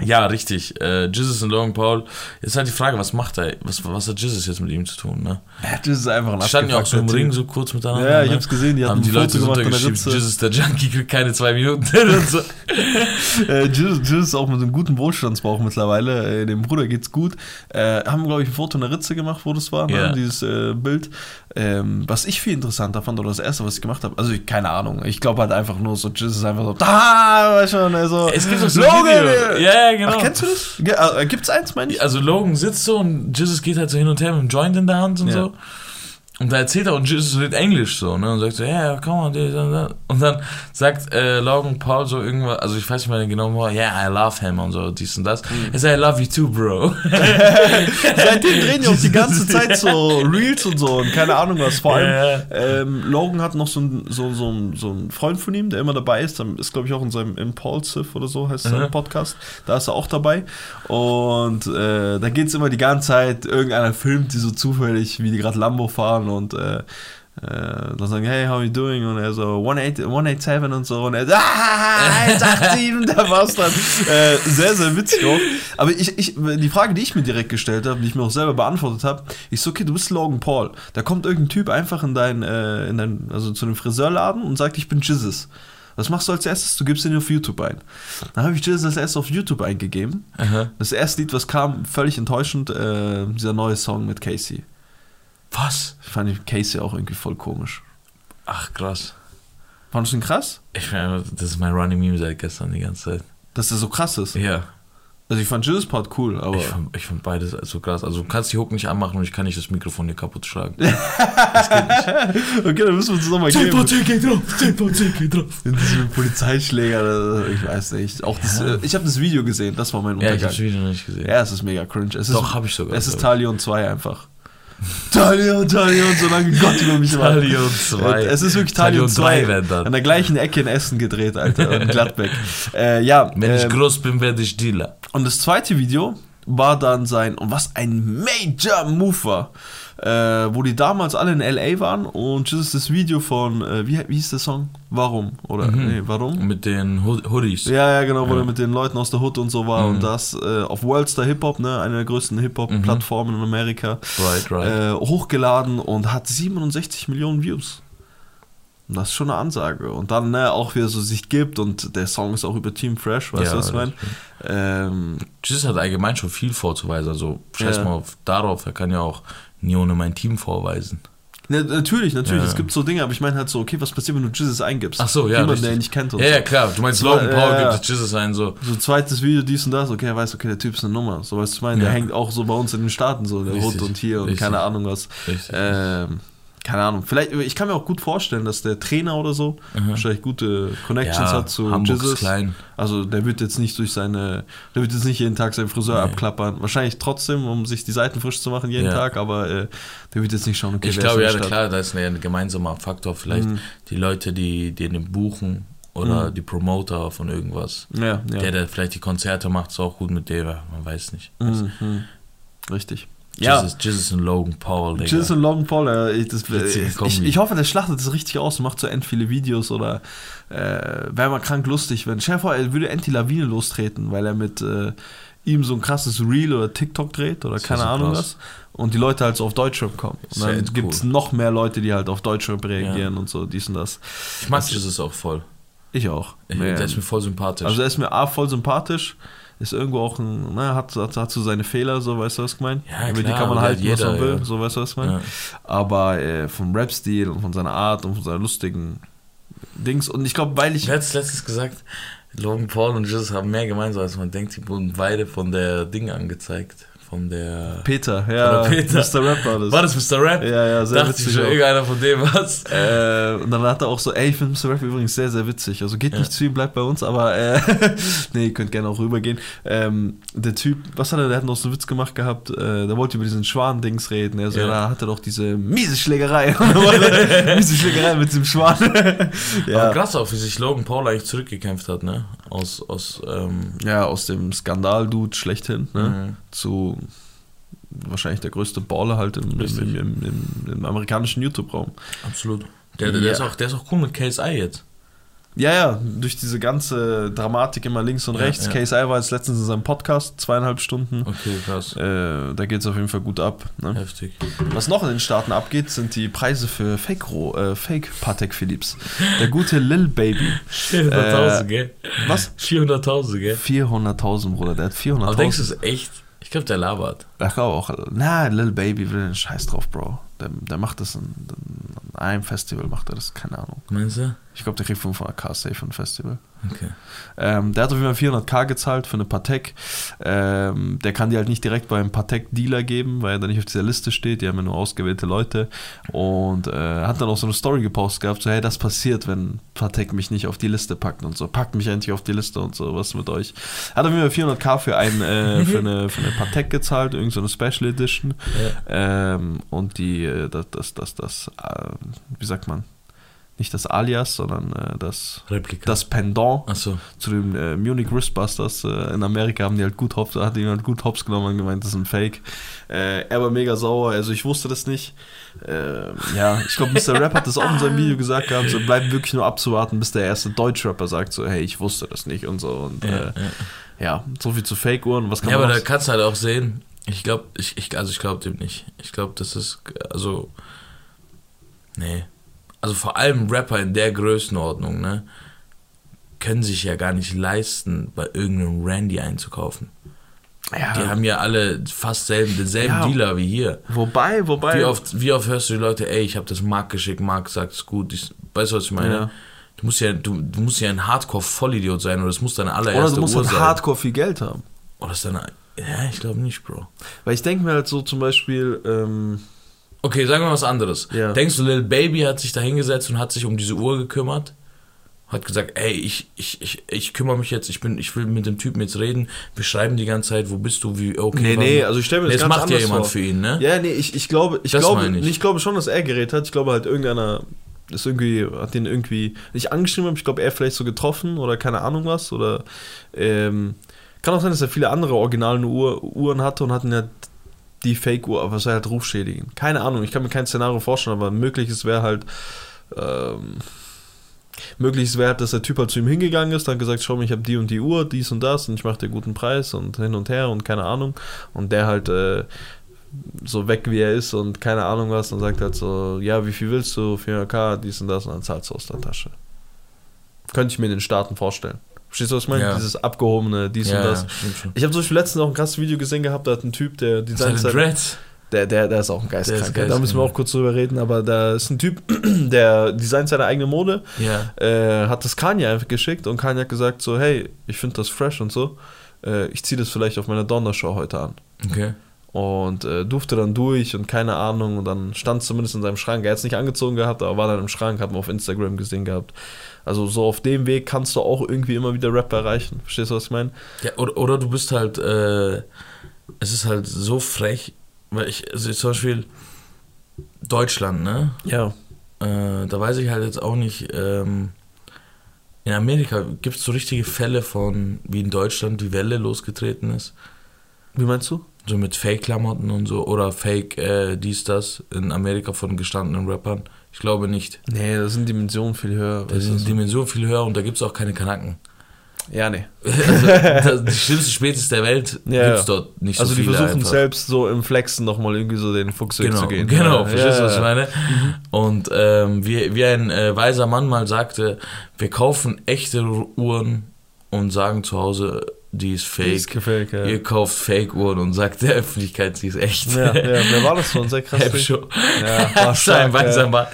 Speaker 1: ja, richtig. Äh, Jesus und Logan Paul. Jetzt halt die Frage, was macht er? Was, was hat Jesus jetzt mit ihm zu tun? Ne?
Speaker 2: Das ist einfach ein
Speaker 1: Die standen ja auch so im
Speaker 2: abgefuckter
Speaker 1: Ring
Speaker 2: Typ.
Speaker 1: so kurz miteinander.
Speaker 2: Ja, ich
Speaker 1: ne?
Speaker 2: hab's gesehen, die hatten
Speaker 1: Haben die
Speaker 2: ein
Speaker 1: Leute
Speaker 2: Foto
Speaker 1: so
Speaker 2: gemacht von der
Speaker 1: untergeschrieben,
Speaker 2: Ritze.
Speaker 1: Jesus der Junkie kriegt keine zwei Minuten. und so.
Speaker 2: Äh, Jill, Jill ist auch mit einem guten Wohlstandsbauch mittlerweile. Äh, dem Bruder geht's gut. Äh, haben, glaube ich, ein Foto in der Ritze gemacht, wo das war,
Speaker 1: Ja.
Speaker 2: ne? dieses äh, Bild. Ähm, was ich viel interessanter fand, oder das erste, was ich gemacht habe, also ich, keine Ahnung, ich glaube halt einfach nur so, Jill ist einfach so, da, weißt schon, also,
Speaker 1: Es gibt doch so ein
Speaker 2: Logan,
Speaker 1: Video.
Speaker 2: äh,
Speaker 1: Ja, ja, genau.
Speaker 2: Ach, kennst du das? Ge äh, gibt's eins, meine ich?
Speaker 1: Also Logan sitzt so und Jesus geht halt so hin und her mit dem Joint in der Hand und
Speaker 2: Ja.
Speaker 1: so. Und da erzählt er und Jesus redet Englisch so, ne? Und sagt so, ja, yeah, come on, this and that. Und dann sagt äh, Logan Paul so irgendwas, also ich weiß nicht mehr genau, wo, yeah, I love him und so, dies und das.
Speaker 2: Mhm.
Speaker 1: Er sagt, I love you too, bro.
Speaker 2: Seitdem drehen die auch die ganze Zeit so Reels und so und keine Ahnung was. Vor allem, ähm, Logan hat noch so einen so, so, einen- so einen Freund von ihm, der immer dabei ist. Dann ist, glaube ich, auch in seinem Impulsive oder so heißt sein
Speaker 1: Mhm.
Speaker 2: Podcast. Da ist er auch dabei. Und äh, da geht es immer die ganze Zeit, irgendeiner filmt die so zufällig, wie die gerade Lambo fahren und äh, äh, dann sagen, hey, how you doing? Und er so, 18 187 und so. Und er so, ah, 187, da war's dann. Äh, sehr, sehr witzig auch. Aber ich, ich, die Frage, die ich mir direkt gestellt habe, die ich mir auch selber beantwortet habe, ich so, okay, du bist Logan Paul. Da kommt irgendein Typ einfach in dein, äh, in dein also zu einem Friseurladen und sagt, ich bin Jizzes. Was machst du als erstes? Du gibst ihn auf YouTube ein. Dann habe ich Jizzes als erstes auf YouTube eingegeben.
Speaker 1: Aha.
Speaker 2: Das erste Lied, was kam, völlig enttäuschend, äh, dieser neue Song mit Casey.
Speaker 1: Was?
Speaker 2: Fand ich Casey auch irgendwie voll komisch.
Speaker 1: Ach, krass.
Speaker 2: Fandest du ihn krass?
Speaker 1: Ich meine, das ist mein Running Meme seit gestern die ganze Zeit.
Speaker 2: Dass der so krass ist.
Speaker 1: Ja.
Speaker 2: Also ich fand Jizzes Part cool, aber
Speaker 1: Ich fand, ich fand beides so krass. Also du kannst die Hook nicht anmachen und ich kann nicht das Mikrofon dir kaputt schlagen. Das geht nicht.
Speaker 2: okay, dann müssen wir uns nochmal geben.
Speaker 1: geht drauf, 10% geht drauf.
Speaker 2: In diesem Polizeischläger, äh, ich weiß nicht. Auch das, äh, ich habe das Video gesehen, das war mein
Speaker 1: Ja, ich
Speaker 2: Untergang.
Speaker 1: hab's
Speaker 2: Ja,
Speaker 1: Video noch nicht gesehen.
Speaker 2: es ist mega cringe. Es
Speaker 1: Doch,
Speaker 2: ist,
Speaker 1: hab ich sogar,
Speaker 2: Es ist
Speaker 1: glaub
Speaker 2: Talion 2 einfach. Talion, Talion, solange Gott über mich war.
Speaker 1: Talion 2.
Speaker 2: Es ist wirklich
Speaker 1: Talion
Speaker 2: Talion
Speaker 1: 3
Speaker 2: 2.
Speaker 1: werden dann.
Speaker 2: An der gleichen Ecke in Essen gedreht, Alter, in Gladbeck. Äh, ja,
Speaker 1: Wenn ich
Speaker 2: ähm,
Speaker 1: groß bin, werde ich Dealer.
Speaker 2: Und das zweite Video, war dann sein, und was ein Major Move war, äh, wo die damals alle in L.A. waren und das ist das Video von, äh, wie, wie hieß der Song? Warum? Oder,
Speaker 1: Mhm.
Speaker 2: nee, warum?
Speaker 1: Mit den Hood- Hoodies.
Speaker 2: Ja, ja, genau, wo er mit den Leuten aus der Hood und so war
Speaker 1: Mhm.
Speaker 2: und das äh, auf Worldstar Hip Hop, ne, einer der größten Hip Hop
Speaker 1: Mhm.
Speaker 2: Plattformen in Amerika,
Speaker 1: Right, right.
Speaker 2: Äh, hochgeladen und hat 67 Millionen Views. Und Das ist schon eine Ansage. Und dann ne, auch wieder so sich gibt und der Song ist auch über Team Fresh, weißt
Speaker 1: Ja,
Speaker 2: du, was ich
Speaker 1: das
Speaker 2: meine? Ähm,
Speaker 1: Jizz hat allgemein schon viel vorzuweisen. Also scheiß
Speaker 2: Ja.
Speaker 1: mal auf, darauf, er kann ja auch Nione mein Team vorweisen.
Speaker 2: ne, natürlich, natürlich,
Speaker 1: Ja.
Speaker 2: es gibt so Dinge, aber ich meine halt so, okay, was passiert, wenn du Jesus eingibst?
Speaker 1: Ach so, ja.
Speaker 2: Jemand,
Speaker 1: richtig.
Speaker 2: der ihn nicht kennt und
Speaker 1: Ja,
Speaker 2: so.
Speaker 1: ja, klar. Du meinst,
Speaker 2: Das war-
Speaker 1: Logan Paul
Speaker 2: ja, ja.
Speaker 1: gibt es Jizzes ein, so.
Speaker 2: So zweites Video, dies und das, okay, er weiß, okay, der Typ ist eine Nummer. So weißt du, ich meine, der
Speaker 1: Ja.
Speaker 2: hängt auch so bei uns in den Staaten, so der
Speaker 1: Richtig,
Speaker 2: Hut und hier und
Speaker 1: richtig.
Speaker 2: keine Ahnung was.
Speaker 1: Richtig,
Speaker 2: Ähm, keine Ahnung. Vielleicht, ich kann mir auch gut vorstellen, dass der Trainer oder so wahrscheinlich gute Connections
Speaker 1: Ja,
Speaker 2: hat zu
Speaker 1: Hamburg ist
Speaker 2: Jesus.
Speaker 1: klein.
Speaker 2: Also der wird jetzt nicht durch seine, der wird jetzt nicht jeden Tag seinen Friseur abklappern. Wahrscheinlich trotzdem, um sich die Seiten frisch zu machen jeden
Speaker 1: Ja.
Speaker 2: Tag, aber äh, der wird jetzt nicht schauen, okay,
Speaker 1: Ich
Speaker 2: wer ist
Speaker 1: glaube,
Speaker 2: in der
Speaker 1: ja,
Speaker 2: Stadt.
Speaker 1: klar, da ist ein gemeinsamer Faktor. Vielleicht
Speaker 2: Mhm.
Speaker 1: die Leute, die die den buchen oder die Promoter von irgendwas.
Speaker 2: Ja, Mhm. ja.
Speaker 1: Der, der vielleicht die Konzerte macht, ist auch gut mit dem. Man weiß nicht.
Speaker 2: Mhm, mhm. Richtig.
Speaker 1: Jesus, Jesus und Logan Paul, Digga.
Speaker 2: Chills und Logan Paul, ja, ich, das,
Speaker 1: Witzige
Speaker 2: ich,
Speaker 1: Kombi.
Speaker 2: ich hoffe, der schlachtet es richtig aus und macht so end viele Videos oder äh, wäre mal krank lustig, wenn Schäfer, er würde Anti Lawine lostreten, weil er mit äh, ihm so ein krasses Reel oder TikTok dreht oder
Speaker 1: wär
Speaker 2: keine
Speaker 1: so
Speaker 2: Ahnung
Speaker 1: krass.
Speaker 2: was und die Leute halt so auf Deutschrap kommen. Und
Speaker 1: wär
Speaker 2: dann
Speaker 1: echt
Speaker 2: gibt es noch mehr Leute, die halt auf Deutschrap reagieren und so, dies und das. Also,
Speaker 1: ich mag Jesus auch voll.
Speaker 2: Ich auch.
Speaker 1: Ich,
Speaker 2: Man.
Speaker 1: der ist mir voll sympathisch.
Speaker 2: Also er ist mir A, voll sympathisch, ist irgendwo auch ein, ne, hat, hat, hat so seine Fehler, so weißt du, was ich meine?
Speaker 1: Ja,
Speaker 2: Über die
Speaker 1: klar,
Speaker 2: kann man
Speaker 1: aber
Speaker 2: halten,
Speaker 1: der hat
Speaker 2: was man
Speaker 1: jeder,
Speaker 2: will,
Speaker 1: ja.
Speaker 2: so weißt du, was ich meine?
Speaker 1: Ja.
Speaker 2: Aber äh, vom Rap-Stil und von seiner Art und von seiner lustigen Dings und ich glaube, weil ich...
Speaker 1: Wer hat es letztens gesagt? Logan Paul und Jesus haben mehr gemeinsam, als man denkt. Die wurden beide von der Ding angezeigt. Von der.
Speaker 2: Peter, ja,
Speaker 1: Oder Peter.
Speaker 2: Mr. Rap war das.
Speaker 1: War das Mr. Rap?
Speaker 2: Ja, ja, sehr
Speaker 1: Dachte
Speaker 2: witzig
Speaker 1: ich schon,
Speaker 2: auch.
Speaker 1: irgendeiner von dem was.
Speaker 2: Äh, und dann hat er auch so, ey, ich finde Mr. Rap übrigens sehr, sehr witzig. Also geht nicht zu ihm, bleibt bei uns, aber äh, nee, ihr könnt gerne auch rübergehen. Ähm, der Typ, was hat er, der hat noch so einen Witz gemacht gehabt, äh, der wollte über diesen Schwan-Dings reden. Also,
Speaker 1: Ja.
Speaker 2: Da hat er doch diese miese Schlägerei. miese Schlägerei mit dem Schwan.
Speaker 1: Aber
Speaker 2: ja.
Speaker 1: krass auch, wie sich Logan Paul eigentlich zurückgekämpft hat, ne? Aus, aus, ähm,
Speaker 2: ja, aus dem Skandal-Dude schlechthin, ne?
Speaker 1: mhm.
Speaker 2: zu wahrscheinlich der größte Baller halt im, im,
Speaker 1: Richtig.
Speaker 2: im, im, im, im amerikanischen YouTube-Raum.
Speaker 1: absolut. Der, der, der,
Speaker 2: Ja.
Speaker 1: ist auch, der ist auch cool mit KSI jetzt.
Speaker 2: Ja, ja, durch diese ganze Dramatik immer links und
Speaker 1: Ja,
Speaker 2: rechts.
Speaker 1: ja.
Speaker 2: Case I war jetzt letztens in seinem Podcast, zweieinhalb Stunden.
Speaker 1: Okay, krass.
Speaker 2: Äh, da geht es auf jeden Fall gut ab. Ne?
Speaker 1: Heftig.
Speaker 2: Was noch in den Staaten abgeht, sind die Preise für Fake, Ro- äh, Fake Patek Philips. Der gute Lil Baby.
Speaker 1: 400.000, gell?
Speaker 2: Was?
Speaker 1: 400.000, Äh, gell?
Speaker 2: 400.000, Bruder, der hat
Speaker 1: Aber denkst du
Speaker 2: 400.000.
Speaker 1: es ist echt? Ich glaube, der labert.
Speaker 2: Ich glaube auch, na, Lil Baby will den Scheiß drauf, Bro. Der, der macht das in, in einem Festival, macht er das, keine Ahnung.
Speaker 1: Meinst du?
Speaker 2: Ich glaube, der kriegt 500k safe vom eh Festival.
Speaker 1: Okay.
Speaker 2: Ähm, der hat auf jeden Fall 400k gezahlt für eine Patek. Ähm, der kann die halt nicht direkt beim Patek-Dealer geben, weil er da nicht auf dieser Liste steht. Die haben ja nur ausgewählte Leute. Und äh, hat dann auch so eine Story gepostet gehabt, so hey, das passiert, wenn Patek mich nicht auf die Liste packt und so. Packt mich endlich auf die Liste und so, was ist mit euch? Hat auf jeden Fall 400k für, ein, äh, für, eine, für eine Patek gezahlt, irgend so eine Special Edition. Ähm, und die, äh, das, das, das, das äh, wie sagt man? Nicht das Alias, sondern äh, das
Speaker 1: Replika.
Speaker 2: das Pendant
Speaker 1: Achso.
Speaker 2: zu den äh, Munich Wristbusters äh, in Amerika haben die halt gut hops, hat die halt gut hops genommen und gemeint, das ist ein Fake. Äh, er war mega sauer, also ich wusste das nicht. Äh, ja, ich glaube, Mr. Rap hat das auch in seinem Video gesagt gehabt, so bleibt wirklich nur abzuwarten, bis der erste Deutschrapper sagt, so, hey, ich wusste das nicht und so. Und ja, äh, ja so viel zu Fake-Uhren, was kann
Speaker 1: Ja, aber
Speaker 2: man
Speaker 1: da
Speaker 2: noch-
Speaker 1: kannst du halt auch sehen, ich glaube, ich, ich, also ich glaube dem nicht. Ich glaube, das ist, also, nee. Also vor allem Rapper in der Größenordnung, ne, können sich ja gar nicht leisten, bei irgendeinem Randy einzukaufen. Die
Speaker 2: ja,
Speaker 1: haben ja alle fast selben, denselben
Speaker 2: Ja.
Speaker 1: Dealer wie hier.
Speaker 2: Wobei, wobei.
Speaker 1: Wie oft, wie oft hörst du die Leute, ey, ich habe das Marc geschickt, Marc sagt's gut, ich, weißt du, was ich meine?
Speaker 2: Ja.
Speaker 1: Du musst ja, du, du musst ja ein Hardcore-Vollidiot sein oder es muss deine
Speaker 2: oder
Speaker 1: allererste
Speaker 2: du musst
Speaker 1: Uhr
Speaker 2: halt
Speaker 1: sein.
Speaker 2: hardcore viel Geld haben.
Speaker 1: oder ist deine, ja, ich glaube nicht, Bro.
Speaker 2: Weil ich denke mir halt so zum Beispiel, ähm,
Speaker 1: Okay, sagen wir was anderes.
Speaker 2: Ja.
Speaker 1: Denkst du, Lil Baby hat sich da hingesetzt und hat sich um diese Uhr gekümmert? Hat gesagt, ey, ich, ich, ich, ich kümmere mich jetzt, ich, bin, ich will mit dem Typen jetzt reden, wir schreiben die ganze Zeit, wo bist du, wie, okay.
Speaker 2: Nee,
Speaker 1: wann-
Speaker 2: nee, also ich stell mir das
Speaker 1: Nee,
Speaker 2: ganz
Speaker 1: macht ja
Speaker 2: anders
Speaker 1: jemand
Speaker 2: vor.
Speaker 1: für ihn, ne?
Speaker 2: Ja, nee, ich, ich glaube, ich
Speaker 1: Das
Speaker 2: glaube,
Speaker 1: meine
Speaker 2: ich.
Speaker 1: ich.
Speaker 2: glaube schon, dass er geredet hat. Ich glaube halt irgendeiner ist irgendwie, hat den irgendwie nicht angeschrieben, aber ich glaube, er vielleicht so getroffen oder keine Ahnung was oder ähm, Kann auch sein, dass er viele andere originalen Uhr, Uhren hatte und hatten ja die Fake-Uhr, aber es sei halt rufschädigend. Keine Ahnung, ich kann mir kein Szenario vorstellen, aber mögliches wäre halt. Ähm, mögliches wäre halt, dass der Typ halt zu ihm hingegangen ist, dann gesagt, schau mal, ich habe die und die Uhr, dies und das und ich mache dir guten Preis und hin und her und keine Ahnung. Und der halt äh, so weg wie er ist und keine Ahnung was und sagt halt so, ja, wie viel willst du, 400k, dies und das und dann zahlst du aus der Tasche. Könnte ich mir in den Staaten vorstellen. Verstehst du, was ich meine?
Speaker 1: Ja.
Speaker 2: Dieses abgehobene, dies
Speaker 1: ja,
Speaker 2: und das.
Speaker 1: ja, stimmt schon.
Speaker 2: Ich habe zum Beispiel letztens auch ein krasses Video gesehen gehabt, da hat ein Typ, der
Speaker 1: Seine
Speaker 2: designt sein.
Speaker 1: Dreads.
Speaker 2: Der, der, der ist auch ein
Speaker 1: halt Der ist
Speaker 2: Geistkranker.
Speaker 1: geistkrank.
Speaker 2: Da müssen wir auch kurz drüber reden, aber da ist ein Typ, der designt seine eigene Mode,
Speaker 1: Ja.
Speaker 2: äh, hat das Kanye einfach geschickt und Kanye hat gesagt so, hey, ich finde das fresh und so, äh, ich ziehe das vielleicht auf meiner Donnershow heute an.
Speaker 1: Okay.
Speaker 2: Und äh, durfte dann durch und keine Ahnung und dann stand zumindest in seinem Schrank. Er hat es nicht angezogen gehabt, aber war dann im Schrank, hat man auf Instagram gesehen gehabt. Also so auf dem Weg kannst du auch irgendwie immer wieder Rap erreichen. Verstehst du, was ich meine?
Speaker 1: Ja, oder, oder du bist halt, äh, es ist halt so frech, weil ich, also zum Beispiel Deutschland, ne?
Speaker 2: Ja.
Speaker 1: Äh, da weiß ich halt jetzt auch nicht, ähm, in Amerika gibt es so richtige Fälle von, wie in Deutschland die Welle losgetreten ist.
Speaker 2: Wie meinst du?
Speaker 1: So mit Fake-Klamotten und so oder Fake äh, dies, das in Amerika von gestandenen Rappern. Ich glaube nicht.
Speaker 2: Nee, da sind Dimensionen viel höher.
Speaker 1: Da sind die Dimensionen viel höher und da gibt es auch keine Kanaken.
Speaker 2: ja, nee.
Speaker 1: Also, das, die schlimmste Spezies der Welt
Speaker 2: Ja,
Speaker 1: gibt es
Speaker 2: ja.
Speaker 1: dort nicht
Speaker 2: Also
Speaker 1: so
Speaker 2: die
Speaker 1: viele
Speaker 2: versuchen
Speaker 1: einfach.
Speaker 2: selbst so im Flexen nochmal irgendwie so den Fuchs
Speaker 1: Genau,
Speaker 2: zu gehen.
Speaker 1: genau,
Speaker 2: ja,
Speaker 1: verstehst du,
Speaker 2: ja, Mhm.
Speaker 1: was ich meine? Und ähm, wie, wie ein äh, weiser Mann mal sagte, wir kaufen echte Ru- Uhren und sagen zu Hause, die ist fake.
Speaker 2: Die ist gefällt, ja.
Speaker 1: Ihr kauft Fake-Uhren und sagt der Öffentlichkeit, sie ist echt.
Speaker 2: ja, ja, wer war das schon? Sehr krass.
Speaker 1: Hab schon.
Speaker 2: Ja, war
Speaker 1: Das war ein
Speaker 2: stark,
Speaker 1: weiser
Speaker 2: ja.
Speaker 1: Mann.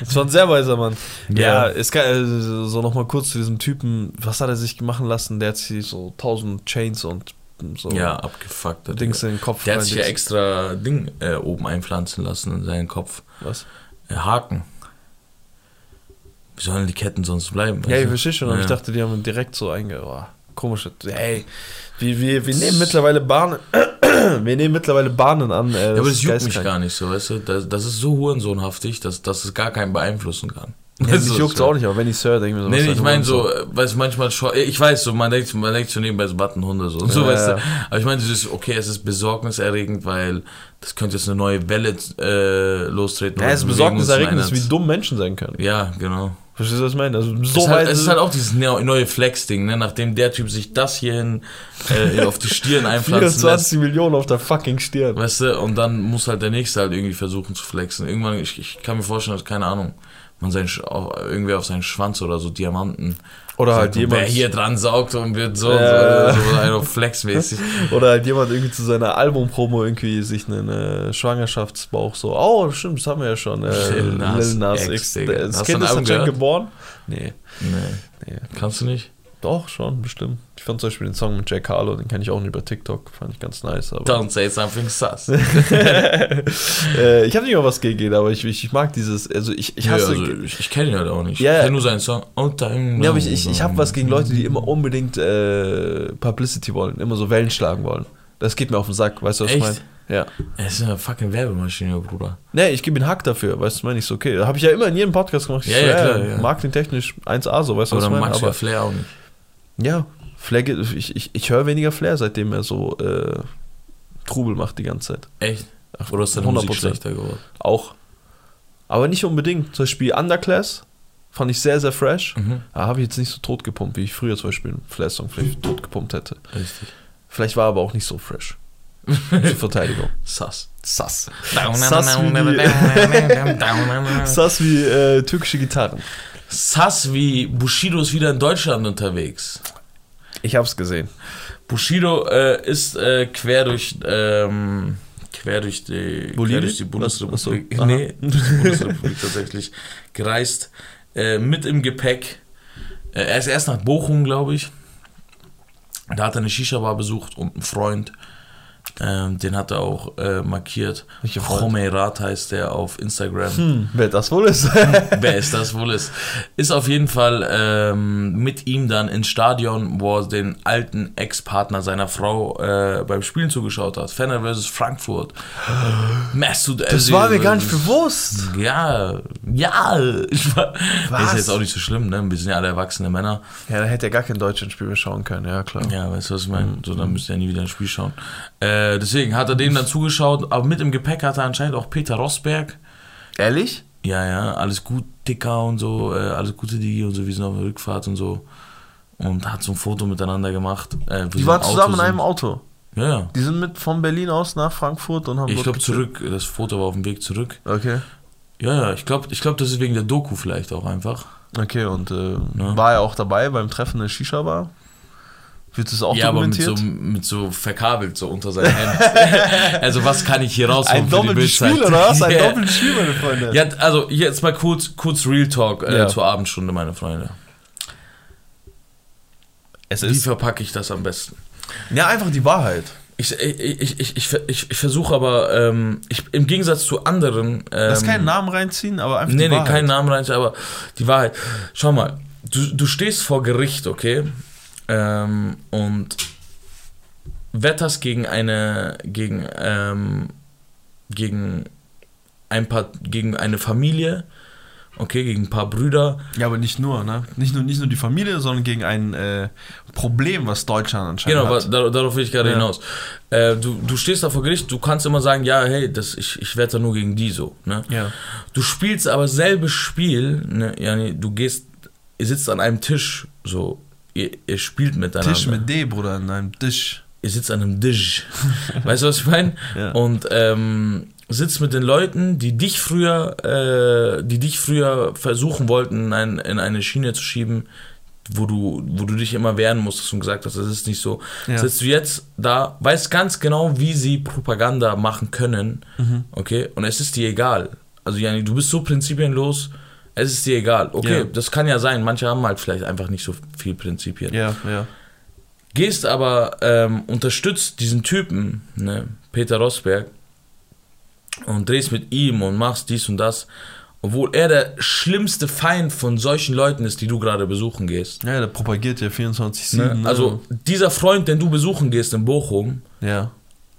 Speaker 2: Das war ein sehr weiser Mann.
Speaker 1: Ja.
Speaker 2: Ja, es kann, also, so nochmal kurz zu diesem Typen, was hat er sich machen lassen? Der hat sich so 1000 Chains und so
Speaker 1: Ja, abgefuckt. der
Speaker 2: Dings
Speaker 1: Digga.
Speaker 2: in den Kopf.
Speaker 1: der hat sich ja
Speaker 2: reingedingst.
Speaker 1: extra Ding äh, oben einpflanzen lassen in seinen Kopf.
Speaker 2: Was?
Speaker 1: Äh, Haken. Wie sollen die Ketten sonst bleiben?
Speaker 2: Ja,
Speaker 1: weißt
Speaker 2: ich
Speaker 1: du?
Speaker 2: verstehe schon, aber
Speaker 1: Mhm. Ja.
Speaker 2: ich dachte, die haben ihn direkt so einge... Oh, komische... Ey, wir, wir, wir nehmen mittlerweile Bahnen... wir nehmen mittlerweile Bahnen an. äh,
Speaker 1: Ja, aber das
Speaker 2: ist
Speaker 1: juckt mich
Speaker 2: geistkrank.
Speaker 1: gar nicht so, weißt du? Das, das ist so hurensohnhaftig, dass, dass es gar keinen beeinflussen kann.
Speaker 2: Ja, mich juckt auch nicht, aber wenn ich Sir denke, mir so
Speaker 1: Nee,
Speaker 2: was
Speaker 1: nee,
Speaker 2: ist
Speaker 1: ich
Speaker 2: denn
Speaker 1: meine
Speaker 2: los?
Speaker 1: so, äh, weißt du, manchmal schon, ich weiß so, man denkt, man denkt so nebenbei so Buttonhunde so und so,
Speaker 2: Ja,
Speaker 1: weißt du.
Speaker 2: ja.
Speaker 1: Aber ich meine, das ist, okay, es ist besorgniserregend, weil das könnte jetzt eine neue Welle äh, lostreten.
Speaker 2: Ja,
Speaker 1: oder
Speaker 2: es
Speaker 1: wir bewegen uns
Speaker 2: ist
Speaker 1: in
Speaker 2: besorgniserregend,
Speaker 1: einer-
Speaker 2: wie dumm Menschen sein können.
Speaker 1: Ja, genau.
Speaker 2: Verstehst du, was ich meine? Also, so
Speaker 1: es, ist halt,
Speaker 2: weit
Speaker 1: es ist halt auch dieses neu- neue Flex-Ding, ne? nachdem der Typ sich das hier hin, äh, auf die Stirn einpflanzen lässt.
Speaker 2: 24 Millionen auf der fucking Stirn.
Speaker 1: Weißt du, und dann muss halt der Nächste halt irgendwie versuchen zu flexen. Irgendwann, ich, ich kann mir vorstellen, dass, keine Ahnung, man seinen, Sch- auf, irgendwer auf seinen Schwanz oder so Diamanten.
Speaker 2: Oder
Speaker 1: sagt,
Speaker 2: halt jemand,
Speaker 1: Wer hier dran saugt und wird so,
Speaker 2: Ja.
Speaker 1: so, so einer flexmäßig.
Speaker 2: oder halt jemand irgendwie zu seiner Album-Promo irgendwie sich einen äh, Schwangerschaftsbauch so, oh, stimmt, das haben wir ja schon. Äh,
Speaker 1: Lil Nas X, Digga.
Speaker 2: der- Das
Speaker 1: Hast du
Speaker 2: Kind
Speaker 1: ein
Speaker 2: ist
Speaker 1: Album
Speaker 2: anscheinend
Speaker 1: gehört?
Speaker 2: geboren. Nee,
Speaker 1: Nee,
Speaker 2: nee.
Speaker 1: kannst du nicht?
Speaker 2: Doch, schon, bestimmt. Ich fand zum Beispiel den Song mit Jack Harlow, den kenne ich auch nur über TikTok, fand ich ganz nice. Aber
Speaker 1: Don't say something sus.
Speaker 2: äh, ich habe nicht mal was gegen ihn, aber ich, ich, ich mag dieses, also ich, ich
Speaker 1: Nö,
Speaker 2: hasse,
Speaker 1: also, ich ich kenne ihn halt auch nicht.
Speaker 2: Ja,
Speaker 1: ich
Speaker 2: ja.
Speaker 1: kenne nur seinen Song. Und dann,
Speaker 2: Ja, aber ich, ich, ich habe was gegen Leute, die immer unbedingt äh, Publicity wollen, immer so Wellen schlagen wollen. Das geht mir auf den Sack, weißt du, was ich meine?
Speaker 1: Echt?
Speaker 2: Ja.
Speaker 1: Es ist eine fucking Werbemaschine, Bruder.
Speaker 2: Nee, ich gebe ihm Hack dafür, weißt du, was ich meine ich so, okay. Habe ich ja immer in jedem Podcast gemacht. Ich
Speaker 1: Ja,
Speaker 2: so,
Speaker 1: ja, klar, ja.
Speaker 2: Marketingtechnisch 1A, so, weißt du,
Speaker 1: Oder
Speaker 2: was ich meine?
Speaker 1: magst du ja
Speaker 2: Aber,
Speaker 1: Flair auch nicht.
Speaker 2: ja, Flair, geht- ich, ich, ich höre weniger Flair, seitdem er so äh, Trubel macht die ganze Zeit.
Speaker 1: Echt? Oder ist deine Musik
Speaker 2: 100%.
Speaker 1: schlechter geworden?
Speaker 2: Auch. Aber nicht unbedingt. Zum Beispiel Underclass fand ich sehr, sehr fresh.
Speaker 1: Mhm.
Speaker 2: Da habe ich jetzt nicht so tot gepumpt, wie ich früher zum Beispiel einen Flair-Song vielleicht tot gepumpt hätte.
Speaker 1: Richtig.
Speaker 2: Vielleicht war er aber auch nicht so fresh. Zur Verteidigung.
Speaker 1: Sus.
Speaker 2: Sass.
Speaker 1: Sass wie,
Speaker 2: Sass wie äh, türkische Gitarren.
Speaker 1: Sass wie Bushido ist wieder in Deutschland unterwegs.
Speaker 2: Ich hab's gesehen.
Speaker 1: Bushido äh, ist äh, quer durch ähm, quer durch die quer
Speaker 2: Bolivien?
Speaker 1: durch die Bundesrepublik.
Speaker 2: Was? Achso.
Speaker 1: nee, durch die Bundesrepublik tatsächlich gereist äh, mit im Gepäck. Äh, er ist erst nach Bochum, glaube ich. Da hat er eine Shisha-Bar besucht und einen Freund. Ähm, den hat er auch äh, markiert.
Speaker 2: Welcher Freund?
Speaker 1: Chomeirat heißt der auf Instagram.
Speaker 2: Hm, wer das wohl ist?
Speaker 1: Wer ist das wohl ist? Ist auf jeden Fall ähm, mit ihm dann ins Stadion, wo er den alten Ex-Partner seiner Frau äh, beim Spielen zugeschaut hat. Fenner versus Frankfurt. Massoud
Speaker 2: Das war mir gar nicht bewusst.
Speaker 1: Ja, Ja, ich war,
Speaker 2: Was?
Speaker 1: ist jetzt auch nicht so schlimm, ne? Wir sind ja alle erwachsene Männer.
Speaker 2: Ja, da hätte er gar kein deutsches Spiel mehr schauen können, ja klar.
Speaker 1: Ja, weißt du, was ich meine?
Speaker 2: Mhm.
Speaker 1: So, dann müsst ihr ja nie wieder ein Spiel schauen. Äh, deswegen hat er dem dann zugeschaut, aber mit im Gepäck hat er anscheinend auch Peter Rosberg.
Speaker 2: Ehrlich?
Speaker 1: Ja, ja, alles gut, Dicker und so, äh, alles Gute, Digi und so, wir sind auf der Rückfahrt und so. Und hat so ein Foto miteinander gemacht. Äh,
Speaker 2: Die waren zusammen in einem Auto.
Speaker 1: Ja, ja.
Speaker 2: Die sind mit von Berlin aus nach Frankfurt und haben
Speaker 1: Ich
Speaker 2: dort
Speaker 1: glaube
Speaker 2: gechillt.
Speaker 1: zurück, das Foto war auf dem Weg zurück.
Speaker 2: Okay.
Speaker 1: Ja, ja, ich glaube, ich glaub, das ist wegen der Doku vielleicht auch einfach.
Speaker 2: Okay, und äh, war er auch dabei beim Treffen der Shisha-Bar? Wird das auch
Speaker 1: ja, aber mit
Speaker 2: dokumentiert?
Speaker 1: so, mit so verkabelt, so unter seinen Händen. also, was kann ich hier rausholen
Speaker 2: ein doppeltes
Speaker 1: Bildzeit?
Speaker 2: Spiel, oder was? Ein
Speaker 1: Ja.
Speaker 2: doppeltes Spiel, meine Freunde.
Speaker 1: Ja, also jetzt mal kurz, kurz Real Talk äh,
Speaker 2: Ja.
Speaker 1: zur Abendstunde, meine Freunde.
Speaker 2: es
Speaker 1: Wie
Speaker 2: ist
Speaker 1: verpacke ich das am besten?
Speaker 2: ja einfach die Wahrheit.
Speaker 1: Ich, ich, ich, ich, ich, ich, ich versuche aber, ähm, ich, im Gegensatz zu anderen. Ähm,
Speaker 2: Lass keinen Namen reinziehen, aber einfach
Speaker 1: Nee,
Speaker 2: die
Speaker 1: nee,
Speaker 2: Wahrheit.
Speaker 1: keinen Namen rein, aber die Wahrheit. Schau mal, du, du stehst vor Gericht, okay? Ähm, und wetterst gegen eine, gegen, ähm, gegen ein paar, gegen eine Familie, okay, gegen ein paar Brüder.
Speaker 2: Ja, aber nicht nur, ne? Nicht nur, nicht nur die Familie, sondern gegen ein äh, Problem, was Deutschland anscheinend
Speaker 1: Genau,
Speaker 2: hat.
Speaker 1: wa- dar darauf will ich gerade
Speaker 2: Ja.
Speaker 1: hinaus. Äh, du, du stehst da vor Gericht, du kannst immer sagen, ja, hey, das, ich, ich wette nur gegen die so. Ne?
Speaker 2: Ja.
Speaker 1: Du spielst aber selbes Spiel, ne? ja, nee, du gehst, ihr sitzt an einem Tisch, so, ihr, ihr spielt miteinander.
Speaker 2: Tisch mit D, Bruder, in einem Tisch.
Speaker 1: ihr sitzt an einem Tisch. weißt du, was ich meine?
Speaker 2: Ja.
Speaker 1: Und ähm, sitzt mit den Leuten, die dich früher, äh, die dich früher versuchen wollten, in, ein, in eine Schiene zu schieben, wo du, wo du dich immer wehren musstest und gesagt hast, das ist nicht so.
Speaker 2: Ja.
Speaker 1: Sitzt du jetzt da, weißt ganz genau, wie sie Propaganda machen können,
Speaker 2: Mhm.
Speaker 1: okay? Und es ist dir egal. Also, Jani, du bist so prinzipienlos, es ist dir egal. Okay,
Speaker 2: Ja.
Speaker 1: das kann ja sein. Manche haben halt vielleicht einfach nicht so viel Prinzipien
Speaker 2: Ja, ja.
Speaker 1: gehst aber, ähm, unterstützt diesen Typen, ne, Peter Rosberg, und drehst mit ihm und machst dies und das, obwohl er der schlimmste Feind von solchen Leuten ist, die du gerade besuchen gehst.
Speaker 2: Ja, der propagiert ja 24-7.
Speaker 1: Ne?
Speaker 2: ne?
Speaker 1: Also dieser Freund, den du besuchen gehst in Bochum,
Speaker 2: Ja.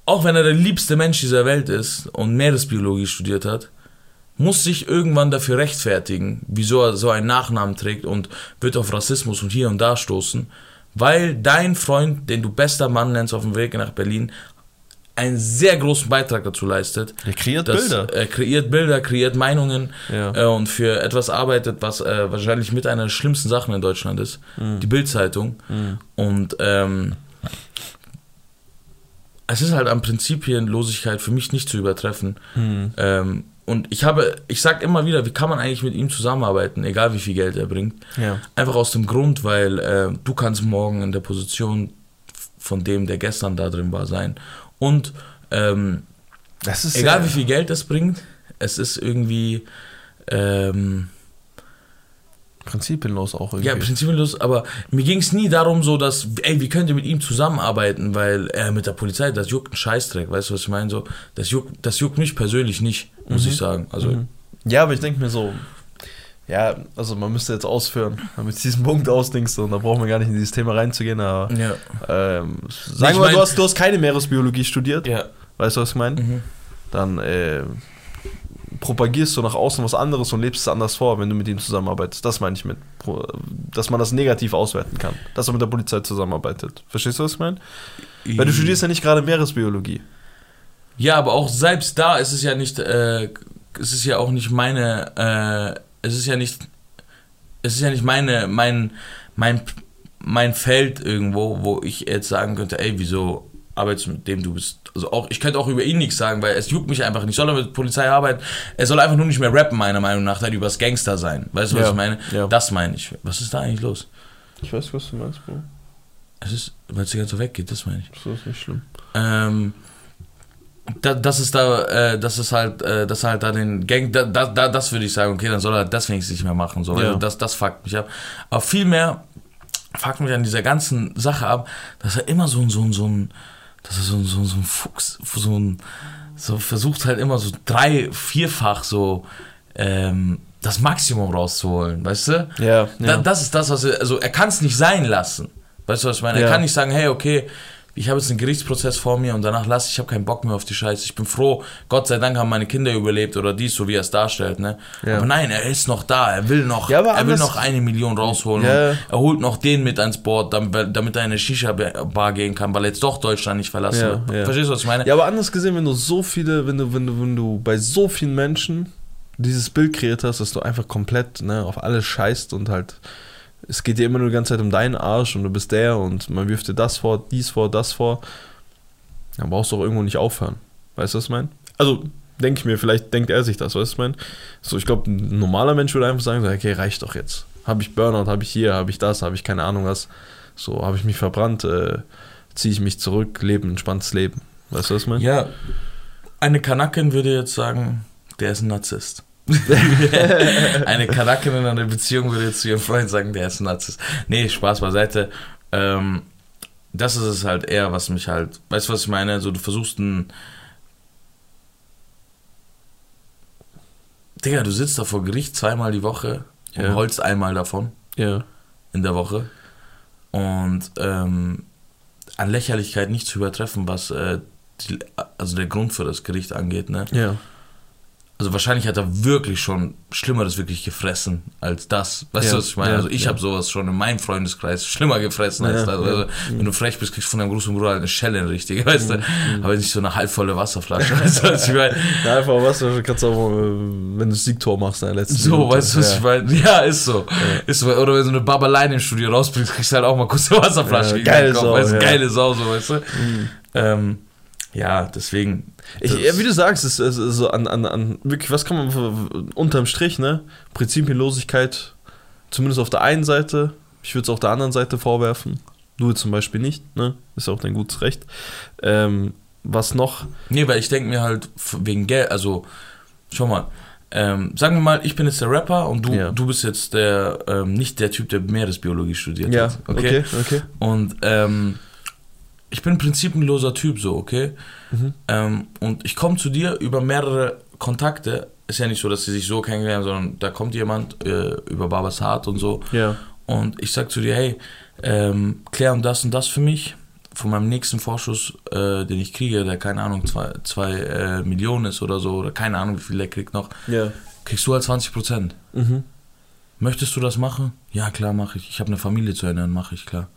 Speaker 1: auch wenn er der liebste Mensch dieser Welt ist und Meeresbiologie studiert hat, muss sich irgendwann dafür rechtfertigen, wieso er so einen Nachnamen trägt und wird auf Rassismus und hier und da stoßen, weil dein Freund, den du bester Mann nennst auf dem Weg nach Berlin, einen sehr großen Beitrag dazu leistet.
Speaker 2: Der kreiert
Speaker 1: dass,
Speaker 2: Bilder.
Speaker 1: Äh, kreiert Bilder, kreiert Meinungen
Speaker 2: Ja.
Speaker 1: äh, und für etwas arbeitet, was äh, wahrscheinlich mit einer der schlimmsten Sachen in Deutschland ist,
Speaker 2: Mhm.
Speaker 1: die Bildzeitung. Und ähm, es ist halt an Prinzipienlosigkeit für mich nicht zu übertreffen.
Speaker 2: Mhm.
Speaker 1: Ähm, und ich habe, ich sag immer wieder, wie kann man eigentlich mit ihm zusammenarbeiten, egal wie viel Geld er bringt.
Speaker 2: Ja.
Speaker 1: Einfach aus dem Grund, weil äh, du kannst morgen in der Position von dem, der gestern da drin war, sein. Und ähm,
Speaker 2: Das ist
Speaker 1: egal
Speaker 2: ja,
Speaker 1: wie viel Geld das bringt, es ist irgendwie ähm,
Speaker 2: prinzipienlos auch irgendwie.
Speaker 1: ja, prinzipienlos, aber mir ging es nie darum, so dass, ey, wie könnt ihr mit ihm zusammenarbeiten, weil äh, mit der Polizei, das juckt einen Scheißdreck, weißt du, was ich meine? So, das, juckt, das juckt mich persönlich nicht,
Speaker 2: Mhm.
Speaker 1: muss ich sagen. Also,
Speaker 2: Ja, aber ich denke mir so, ja, also man müsste jetzt ausführen, damit du diesen Punkt ausdenkst und da brauchen wir gar nicht in dieses Thema reinzugehen, aber
Speaker 1: ja.
Speaker 2: ähm, sagen wir mal,
Speaker 1: mein-
Speaker 2: du hast, du hast keine Meeresbiologie studiert,
Speaker 1: ja.
Speaker 2: weißt du, was ich meine?
Speaker 1: Mhm.
Speaker 2: Dann äh, propagierst du nach außen was anderes und lebst es anders vor, wenn du mit ihm zusammenarbeitest. Das meine ich mit, pro- dass man das negativ auswerten kann, dass er mit der Polizei zusammenarbeitet. Verstehst du, was ich meine? Weil
Speaker 1: Mhm.
Speaker 2: du studierst ja nicht gerade Meeresbiologie.
Speaker 1: Ja, aber auch selbst da ist es ja nicht, äh, es ist ja auch nicht meine, äh, es ist ja nicht, es ist ja nicht meine, mein, mein, mein Feld irgendwo, wo ich jetzt sagen könnte, ey, wieso arbeitest du mit dem du bist? Also auch, ich könnte auch über ihn nichts sagen, weil es juckt mich einfach nicht. Soll er mit der Polizei arbeiten? Er soll einfach nur nicht mehr rappen, meiner Meinung nach, halt übers Gangster sein. Weißt du, was
Speaker 2: Ja,
Speaker 1: ich meine?
Speaker 2: ja.
Speaker 1: Das meine ich. Was ist da eigentlich los?
Speaker 2: Ich weiß, was du meinst, Bro.
Speaker 1: Es ist, weil es die ganze Zeit weggeht, das meine ich.
Speaker 2: Das ist nicht schlimm.
Speaker 1: Ähm, da, das ist da, äh, das ist halt, äh, das halt da den Gang, da, da, da, das würde ich sagen, okay, dann soll er das wenigstens nicht mehr machen. So.
Speaker 2: Ja.
Speaker 1: Also das, das fuckt mich ab. Aber vielmehr fuckt mich an dieser ganzen Sache ab, dass er immer so ein, so ein, so ein, dass er so ein, so ein, so ein Fuchs, so ein, so versucht halt immer so drei, vierfach so, ähm, das Maximum rauszuholen, weißt du?
Speaker 2: Ja,
Speaker 1: Da,
Speaker 2: ja.
Speaker 1: das ist das, was er, also er kann es nicht sein lassen. Weißt du, was ich meine?
Speaker 2: Ja.
Speaker 1: Er kann nicht sagen, hey, okay, ich habe jetzt einen Gerichtsprozess vor mir und danach lasse ich, ich habe keinen Bock mehr auf die Scheiße. Ich bin froh, Gott sei Dank haben meine Kinder überlebt oder dies, so wie er es darstellt. Ne?
Speaker 2: Ja.
Speaker 1: Aber nein, er ist noch da, er will noch,
Speaker 2: Ja, aber
Speaker 1: er will
Speaker 2: anders-
Speaker 1: noch eine Million rausholen.
Speaker 2: Ja.
Speaker 1: Und er holt noch den mit ans Board, damit, damit er in eine Shisha-Bar gehen kann, weil er jetzt doch Deutschland nicht verlassen
Speaker 2: Ja,
Speaker 1: wird.
Speaker 2: ja.
Speaker 1: Verstehst du, was ich meine?
Speaker 2: Ja, aber anders gesehen, wenn du so viele, wenn du, wenn du, wenn du bei so vielen Menschen dieses Bild kreiert hast, dass du einfach komplett ne, auf alles scheißt und halt, es geht dir immer nur die ganze Zeit um deinen Arsch und du bist der und man wirft dir das vor, dies vor, das vor, dann brauchst du auch irgendwo nicht aufhören. Weißt du, was ich meine? Also, denke ich mir, vielleicht denkt er sich das, weißt du, was ich meine? So, ich glaube, ein normaler Mensch würde einfach sagen, so, okay, reicht doch jetzt. Habe ich Burnout, habe ich hier, habe ich das, habe ich keine Ahnung was. So, habe ich mich verbrannt, äh, ziehe ich mich zurück, lebe ein entspanntes Leben. Weißt du, was ich meine?
Speaker 1: Ja, eine Kanakin würde jetzt sagen, der ist ein Narzisst. eine Kanakin in einer Beziehung würde jetzt zu ihrem Freund sagen, der ist ein Narzisst. Nee, Spaß beiseite. Ähm, das ist es halt eher, was mich halt. Weißt du, was ich meine? So, du versuchst ein. Digga, du sitzt da vor Gericht zweimal die Woche und
Speaker 2: Ja.
Speaker 1: holst einmal davon
Speaker 2: Ja.
Speaker 1: in der Woche. Und ähm, an Lächerlichkeit nicht zu übertreffen, was äh, die, also der Grund für das Gericht angeht. Ne?
Speaker 2: Ja.
Speaker 1: Also wahrscheinlich hat er wirklich schon Schlimmeres wirklich gefressen als das. Weißt
Speaker 2: Ja,
Speaker 1: du, was ich meine?
Speaker 2: ja,
Speaker 1: also ich
Speaker 2: ja.
Speaker 1: habe sowas schon in meinem Freundeskreis schlimmer gefressen als
Speaker 2: Ja,
Speaker 1: das.
Speaker 2: ja.
Speaker 1: Also, wenn du frech bist, kriegst du von deinem großen Bruder halt eine Schelle, richtig, weißt du?
Speaker 2: Mhm.
Speaker 1: Aber nicht so eine halbvolle Wasserflasche. weißt du, was ich meine?
Speaker 2: Ja, einfach was, du kannst auch, äh, wenn du Siegtor machst in der letzten
Speaker 1: So,
Speaker 2: Minute.
Speaker 1: weißt du, was
Speaker 2: ja.
Speaker 1: ich meine? Ja, ist so. Ist so. Oder wenn du eine Babaleine im Studio rausbringst, kriegst du halt auch mal kurz eine Wasserflasche.
Speaker 2: Ja,
Speaker 1: gegen den
Speaker 2: geile
Speaker 1: Kopf,
Speaker 2: Sau,
Speaker 1: weißt du?
Speaker 2: ja.
Speaker 1: Geile Sau, so, weißt du? Ähm, ja, deswegen.
Speaker 2: Ich,
Speaker 1: das-
Speaker 2: ja, wie du sagst, es ist so an, an, an wirklich, was kann man für- unterm Strich, ne? Prinzipienlosigkeit, zumindest auf der einen Seite, ich würde es auf der anderen Seite vorwerfen. Du zum Beispiel nicht, ne? Ist auch dein gutes Recht. Ähm, was noch?
Speaker 1: nee, weil ich denke mir halt f- wegen Geld, also, schau mal. Ähm, sagen wir mal, ich bin jetzt der Rapper und du,
Speaker 2: Ja.
Speaker 1: du bist jetzt der, ähm, nicht der Typ, der Meeresbiologie studiert hat.
Speaker 2: okay, okay.
Speaker 1: Und ähm, ich bin ein prinzipienloser Typ, so, okay?
Speaker 2: Mhm.
Speaker 1: Ähm, und ich komme zu dir über mehrere Kontakte. Ist ja nicht so, dass sie sich so kennenlernen, sondern da kommt jemand äh, über Babas Hart und so.
Speaker 2: Ja.
Speaker 1: Und ich sag zu dir, hey, ähm, klär und das und das für mich. Von meinem nächsten Vorschuss, äh, den ich kriege, der keine Ahnung, zwei, zwei äh, Millionen ist oder so, oder keine Ahnung, wie viel der kriegt noch,
Speaker 2: Ja.
Speaker 1: kriegst du halt 20 Prozent.
Speaker 2: Mhm.
Speaker 1: Möchtest du das machen? Ja, klar, mache ich. Ich habe eine Familie zu ernähren, mache ich, klar.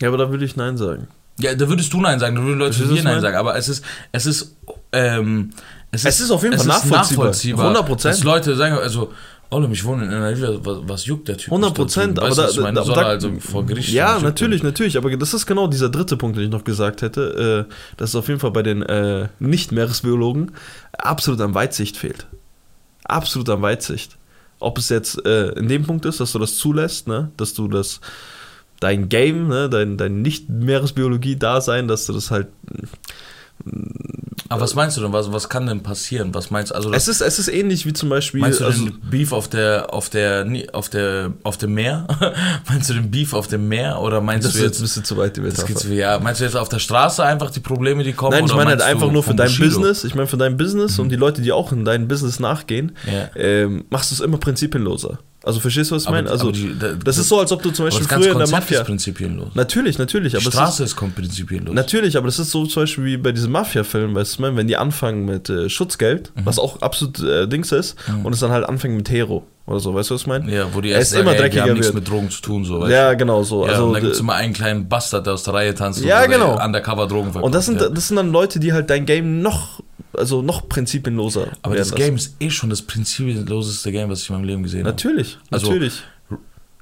Speaker 2: Ja, aber da würde ich Nein sagen.
Speaker 1: Ja, da würdest du Nein sagen, da würden Leute
Speaker 2: Verstehst
Speaker 1: zu
Speaker 2: du,
Speaker 1: dir
Speaker 2: was
Speaker 1: Nein
Speaker 2: ich
Speaker 1: sagen, aber es ist, es ist, ähm,
Speaker 2: Es ist auf jeden Fall nachvollziehbar. 100%.
Speaker 1: Dass Leute sagen, also, Olle, mich wohnen in einer Villa, was, was juckt der Typ?
Speaker 2: 100 Prozent,
Speaker 1: aber
Speaker 2: aber
Speaker 1: weißt, da,
Speaker 2: da,
Speaker 1: was ich meine?
Speaker 2: da,
Speaker 1: Soll
Speaker 2: da,
Speaker 1: er also vor Gericht
Speaker 2: Ja,
Speaker 1: stehen?
Speaker 2: natürlich, natürlich, aber das ist genau dieser dritte Punkt, den ich noch gesagt hätte, äh, dass es auf jeden Fall bei den äh, Nicht-Meeresbiologen absolut an Weitsicht fehlt. Absolut an Weitsicht. Ob es jetzt äh, in dem Punkt ist, dass du das zulässt, ne? dass du das dein Game, ne? dein, dein Nicht-Meeresbiologie-Dasein, dass du das halt
Speaker 1: Aber was meinst du denn? Was, was kann denn passieren? Was meinst du? Also,
Speaker 2: es ist es ist ähnlich wie zum Beispiel
Speaker 1: meinst du
Speaker 2: also,
Speaker 1: den Beef auf der, auf der, nie- auf der, auf dem Meer? meinst du den Beef auf dem Meer? Oder meinst
Speaker 2: das ist
Speaker 1: du
Speaker 2: jetzt
Speaker 1: jetzt,
Speaker 2: ein bisschen zu weit die
Speaker 1: das
Speaker 2: Metapher.
Speaker 1: geht's, ja, meinst du jetzt auf der Straße einfach die Probleme, die kommen?
Speaker 2: Nein, ich
Speaker 1: oder
Speaker 2: meine halt
Speaker 1: meinst du
Speaker 2: einfach nur für
Speaker 1: vom
Speaker 2: dein
Speaker 1: Bushido?
Speaker 2: Business. Ich meine für dein Business und die Leute, die auch in dein Business nachgehen,
Speaker 1: Ja.
Speaker 2: ähm, machst du es immer prinzipienloser. Also verstehst du, was ich
Speaker 1: Aber-
Speaker 2: meine? Also
Speaker 1: aber die- da-
Speaker 2: das ist so, als ob du zum
Speaker 1: Aber
Speaker 2: Beispiel
Speaker 1: das ganze
Speaker 2: früher in der
Speaker 1: Konzept
Speaker 2: Mafia.
Speaker 1: ist prinzipienlos.
Speaker 2: Natürlich, natürlich, aber
Speaker 1: Die
Speaker 2: es ist,
Speaker 1: Straße ist, kommt prinzipienlos.
Speaker 2: natürlich, aber das ist so zum Beispiel wie bei diesen Mafia-Filmen, weißt du, man, wenn die anfangen mit äh, Schutzgeld,
Speaker 1: Mhm.
Speaker 2: was auch absolut äh, Dings ist, und es dann halt anfängt mit Hero oder so, weißt du, was ich meine?
Speaker 1: Ja, wo die
Speaker 2: Er ist
Speaker 1: erst sagen,
Speaker 2: immer
Speaker 1: ey, die
Speaker 2: dreckiger
Speaker 1: haben nichts
Speaker 2: wird.
Speaker 1: mit Drogen zu tun, so. weißt du.
Speaker 2: Ja, genau so.
Speaker 1: ja,
Speaker 2: also,
Speaker 1: und da gibt es
Speaker 2: äh,
Speaker 1: immer einen kleinen Bastard, der aus der Reihe tanzt
Speaker 2: Ja,
Speaker 1: und
Speaker 2: genau.
Speaker 1: äh, undercover Drogen verkauft.
Speaker 2: und das sind,
Speaker 1: ja.
Speaker 2: das sind dann Leute, die halt dein Game noch, also noch prinzipienloser
Speaker 1: Aber das
Speaker 2: werden
Speaker 1: Game ist eh schon das prinzipienloseste Game, was ich in meinem Leben gesehen habe.
Speaker 2: Natürlich,
Speaker 1: Also,
Speaker 2: natürlich.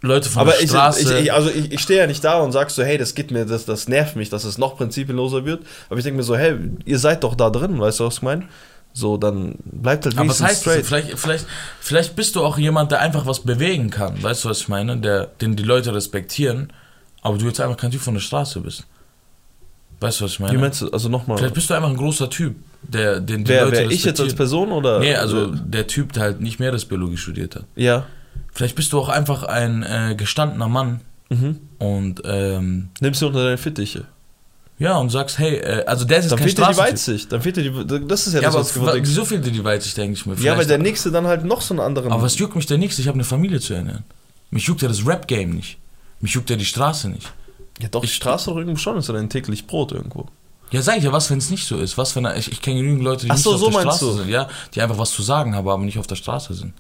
Speaker 1: Leute von
Speaker 2: Aber
Speaker 1: der
Speaker 2: ich,
Speaker 1: Straße.
Speaker 2: ich, ich, also ich, ich stehe ja nicht da und sag so, hey, das geht mir, das, das nervt mich, dass es noch prinzipienloser wird. Aber ich denke mir so, hey, ihr seid doch da drin, weißt du, was ich meine? So, dann bleibt halt
Speaker 1: aber was
Speaker 2: wenigstens
Speaker 1: heißt das? Vielleicht, vielleicht, vielleicht bist du auch jemand, der einfach was bewegen kann. Weißt du, was ich meine? Der, den die Leute respektieren, aber du jetzt einfach kein Typ von der Straße bist. Weißt du, was ich meine?
Speaker 2: Wie meinst du, also nochmal,
Speaker 1: vielleicht bist du einfach ein großer Typ, der, den die
Speaker 2: wer
Speaker 1: Leute
Speaker 2: wäre ich jetzt als
Speaker 1: respektieren.
Speaker 2: Person oder?
Speaker 1: Nee, also
Speaker 2: äh,
Speaker 1: der Typ, der halt nicht Meeresbiologie studiert hat.
Speaker 2: Ja,
Speaker 1: Vielleicht bist du auch einfach ein äh, gestandener Mann
Speaker 2: mhm.
Speaker 1: und ähm,
Speaker 2: nimmst du unter deine Fittiche.
Speaker 1: ja und sagst, hey, äh, also der ist jetzt
Speaker 2: Dann
Speaker 1: kein
Speaker 2: fehlt dir die
Speaker 1: Straßentyp.
Speaker 2: Weitsicht, dann fehlt dir die, das ist ja,
Speaker 1: Ja,
Speaker 2: das,
Speaker 1: aber
Speaker 2: was du
Speaker 1: wa-
Speaker 2: denkst.
Speaker 1: wieso fehlt dir die Weitsicht eigentlich mir?
Speaker 2: Ja, weil
Speaker 1: Vielleicht-
Speaker 2: der Nächste dann halt noch so einen anderen...
Speaker 1: aber was juckt mich der Nächste? Ich habe eine Familie zu ernähren. Mich juckt ja das Rap-Game nicht. Mich juckt ja die Straße nicht.
Speaker 2: Ja, doch, die Straße doch irgendwo schon ist ja dein täglich Brot irgendwo.
Speaker 1: Ja, sag ich ja, was, wenn es nicht so ist? Was, wenn er, ich, ich kenne genügend Leute, die
Speaker 2: Ach
Speaker 1: nicht
Speaker 2: so,
Speaker 1: auf
Speaker 2: so
Speaker 1: der
Speaker 2: meinst
Speaker 1: Straße
Speaker 2: du.
Speaker 1: sind, ja, die einfach was zu sagen haben, aber nicht auf der Straße sind.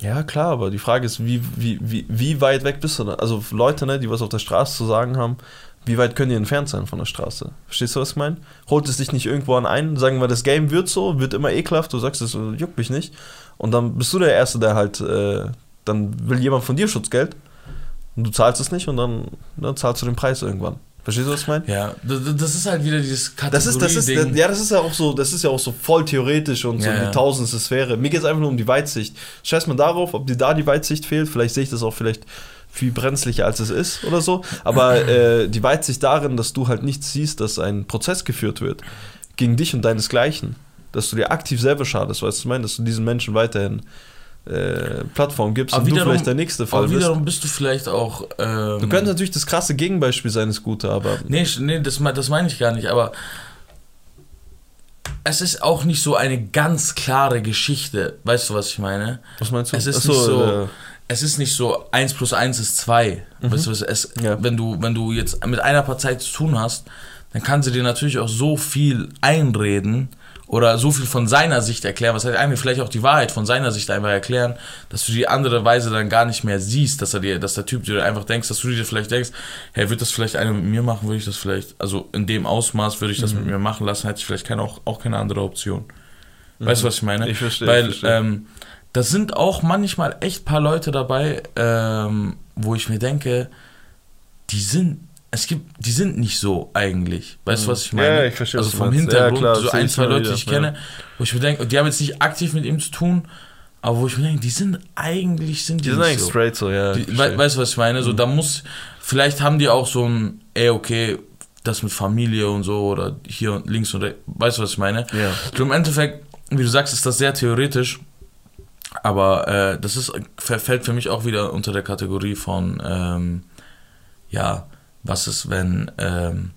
Speaker 2: Ja, klar, aber die Frage ist, wie, wie, wie, wie weit weg bist du da? Also Leute, ne, die was auf der Straße zu sagen haben, wie weit können die entfernt sein von der Straße? Verstehst du, was ich meine? Holt es dich nicht irgendwo an ein, sagen wir, das Game wird so, wird immer ekelhaft, du sagst, das juckt mich nicht. Und dann bist du der Erste, der halt, äh, dann will jemand von dir Schutzgeld und du zahlst es nicht und dann, ne, zahlst du den Preis irgendwann. Verstehst du, was ich meine?
Speaker 1: Ja, das, das- das ist halt wieder dieses Kategorie
Speaker 2: Das ist, das ist,
Speaker 1: Ding.
Speaker 2: ja, das ist ja auch so, das ist ja auch so voll theoretisch und so
Speaker 1: Ja,
Speaker 2: die
Speaker 1: ja.
Speaker 2: tausendste Sphäre. Mir geht es einfach nur um die Weitsicht. Scheiß mal darauf, ob dir da die Weitsicht fehlt. Vielleicht sehe ich das auch vielleicht viel brenzlicher, als es ist oder so. Aber äh, die Weitsicht darin, dass du halt nicht siehst, dass ein Prozess geführt wird gegen dich und deinesgleichen. Dass du dir aktiv selber schadest, weißt du, was ich meine, dass du diesen Menschen weiterhin äh, Plattform gibst
Speaker 1: Aber
Speaker 2: und du
Speaker 1: wiederum-
Speaker 2: vielleicht der nächste Fall
Speaker 1: aber
Speaker 2: bist.
Speaker 1: wiederum bist du vielleicht auch. Ähm,
Speaker 2: Du könntest natürlich das krasse Gegenbeispiel sein, ist gut, aber
Speaker 1: Nee, sch- nee das, me- das meine ich gar nicht, aber es ist auch nicht so eine ganz klare Geschichte. Weißt du, was ich meine?
Speaker 2: was meinst du?
Speaker 1: Es ist
Speaker 2: Ach so,
Speaker 1: nicht so.
Speaker 2: äh, Mhm.
Speaker 1: es ist nicht so 1 plus 1 ist 2. Weißt du, was es,
Speaker 2: Ja.
Speaker 1: wenn, du, wenn du jetzt mit einer Partei zu tun hast, dann kann sie dir natürlich auch so viel einreden oder so viel von seiner Sicht erklären, was heißt einmal vielleicht auch die Wahrheit von seiner Sicht einfach erklären, dass du die andere Weise dann gar nicht mehr siehst, dass er dir, dass der Typ dir einfach denkst, dass du dir vielleicht denkst, hey, wird das vielleicht einer mit mir machen, würde ich das vielleicht, also in dem Ausmaß würde ich
Speaker 2: Mhm.
Speaker 1: das mit mir machen lassen, hätte ich vielleicht keine, auch, auch keine andere Option. Mhm. Weißt du, was ich meine?
Speaker 2: Ich verstehe,
Speaker 1: Weil,
Speaker 2: ich verstehe.
Speaker 1: Ähm, das sind auch manchmal echt paar Leute dabei, ähm, wo ich mir denke, die sind, es gibt, die sind nicht so eigentlich. Weißt du, was ich meine?
Speaker 2: Mhm. Ja, ich verstehe,
Speaker 1: Also
Speaker 2: was du
Speaker 1: vom
Speaker 2: meinst.
Speaker 1: Hintergrund,
Speaker 2: Ja, klar,
Speaker 1: so
Speaker 2: das sehe
Speaker 1: ein,
Speaker 2: ich
Speaker 1: zwei
Speaker 2: immer
Speaker 1: Leute,
Speaker 2: wieder,
Speaker 1: die ich
Speaker 2: ja.
Speaker 1: kenne, wo ich mir denke, die haben jetzt nicht aktiv mit ihm zu tun, aber wo ich mir denke, die sind eigentlich, sind die,
Speaker 2: die sind
Speaker 1: nicht
Speaker 2: eigentlich
Speaker 1: so.
Speaker 2: straight so, ja.
Speaker 1: Die,
Speaker 2: ich
Speaker 1: wei-
Speaker 2: verstehe. Mhm.
Speaker 1: weißt du, was ich meine? So, da muss, vielleicht haben die auch so ein, ey, okay, das mit Familie und so oder hier und links und rechts. Weißt du, was ich meine?
Speaker 2: Ja.
Speaker 1: So, im Endeffekt, wie du sagst, ist das sehr theoretisch, aber äh, das ist, verfällt für mich auch wieder unter der Kategorie von, ähm, ja, was ist, wenn, ähm,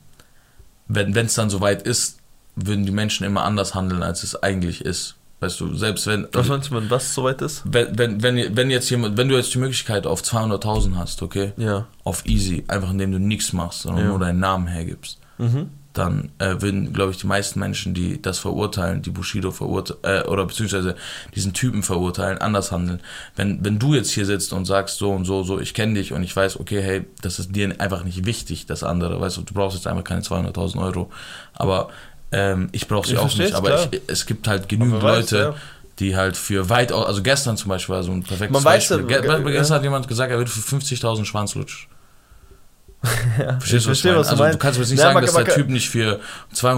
Speaker 1: wenn es dann soweit ist, würden die Menschen immer anders handeln, als es eigentlich ist. Weißt du, selbst wenn also
Speaker 2: Was meinst du, wenn was soweit ist?
Speaker 1: wenn, wenn, wenn, wenn jetzt jemand, wenn du jetzt die Möglichkeit auf 200.000 hast, okay,
Speaker 2: Ja.
Speaker 1: auf easy, einfach indem du nichts machst, sondern
Speaker 2: Ja.
Speaker 1: nur deinen Namen hergibst, dann äh, würden, glaube ich, die meisten Menschen, die das verurteilen, die Bushido verurteilen, äh, oder beziehungsweise diesen Typen verurteilen, anders handeln. Wenn, wenn du jetzt hier sitzt und sagst so und so, so, ich kenne dich und ich weiß, okay, hey, das ist dir einfach nicht wichtig, das andere, weißt du, du brauchst jetzt einfach keine 200.000 Euro, aber ähm, ich brauche sie
Speaker 2: Ich
Speaker 1: auch
Speaker 2: versteh's,
Speaker 1: nicht, aber
Speaker 2: klar.
Speaker 1: ich, es gibt halt genügend
Speaker 2: Man weiß,
Speaker 1: Leute,
Speaker 2: ja.
Speaker 1: die halt für weit au- also gestern zum Beispiel war so ein perfektes
Speaker 2: Man weiß
Speaker 1: Beispiel.
Speaker 2: ja,
Speaker 1: Ge
Speaker 2: ge-
Speaker 1: ge gestern hat jemand gesagt, er wird für 50.000 Schwanzlutsch. Verstehst
Speaker 2: ich
Speaker 1: du, was ich
Speaker 2: verstehe,
Speaker 1: meine?
Speaker 2: was du
Speaker 1: Also du
Speaker 2: meinst.
Speaker 1: kannst mir jetzt nicht
Speaker 2: Nein,
Speaker 1: sagen,
Speaker 2: man-
Speaker 1: dass
Speaker 2: man
Speaker 1: der
Speaker 2: kann-
Speaker 1: Typ nicht für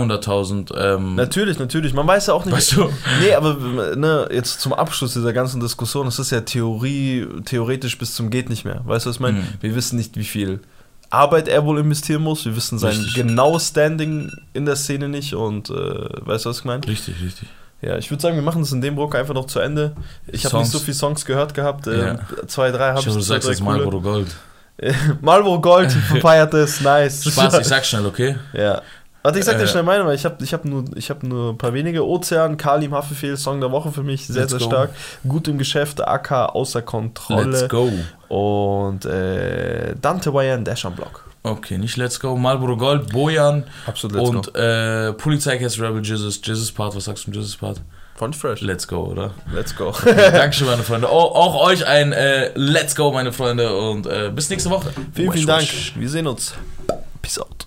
Speaker 1: 200.000 ähm,
Speaker 2: Natürlich, natürlich. Man weiß ja auch nicht.
Speaker 1: Weißt du?
Speaker 2: Nee, aber ne, jetzt zum Abschluss dieser ganzen Diskussion, das ist ja Theorie, theoretisch bis zum Geht nicht mehr. Weißt du, was ich meine?
Speaker 1: Mhm.
Speaker 2: Wir wissen nicht, wie viel Arbeit er wohl investieren muss. Wir wissen sein
Speaker 1: Richtig.
Speaker 2: genaues Standing in der Szene nicht und äh, weißt du, was ich meine?
Speaker 1: richtig, richtig.
Speaker 2: Ja, ich würde sagen, wir machen das in dem Block einfach noch zu Ende. Ich habe nicht
Speaker 1: Songs.
Speaker 2: so viele Songs gehört gehabt. ähm,
Speaker 1: Ja.
Speaker 2: Zwei, drei habe
Speaker 1: Ich
Speaker 2: ich.
Speaker 1: hoffe, du
Speaker 2: zwei,
Speaker 1: sagst
Speaker 2: drei
Speaker 1: jetzt
Speaker 2: coole.
Speaker 1: Marlboro Gold.
Speaker 2: Marlboro Gold verfeiert es, nice.
Speaker 1: Spaß, ich sag schnell, okay?
Speaker 2: Ja. Warte, ich sag dir
Speaker 1: Äh,
Speaker 2: schnell meine, weil ich habe ich hab nur, ich hab nur ein paar wenige. Ozean, Kalim, Haftbefehl, Song der Woche für mich, sehr,
Speaker 1: Let's
Speaker 2: sehr
Speaker 1: go.
Speaker 2: stark. Gut im Geschäft, AK außer Kontrolle.
Speaker 1: Let's go.
Speaker 2: Und äh, Dante Wayan, Dash am Block.
Speaker 1: Okay, nicht Let's go. Marlboro Gold, Bojan
Speaker 2: Absolut,
Speaker 1: und äh, Polizeicast Rebel Jesus. Jesus Part, was sagst du zum Jesus Part?
Speaker 2: Von Fresh.
Speaker 1: Let's go, oder?
Speaker 2: Let's go.
Speaker 1: Okay, Dankeschön, meine Freunde. Auch, auch euch ein äh, Let's go, meine Freunde. Und äh, bis nächste Woche.
Speaker 2: vielen,
Speaker 1: Wesh,
Speaker 2: vielen Dank.
Speaker 1: wesh.
Speaker 2: Wir sehen uns. Peace out.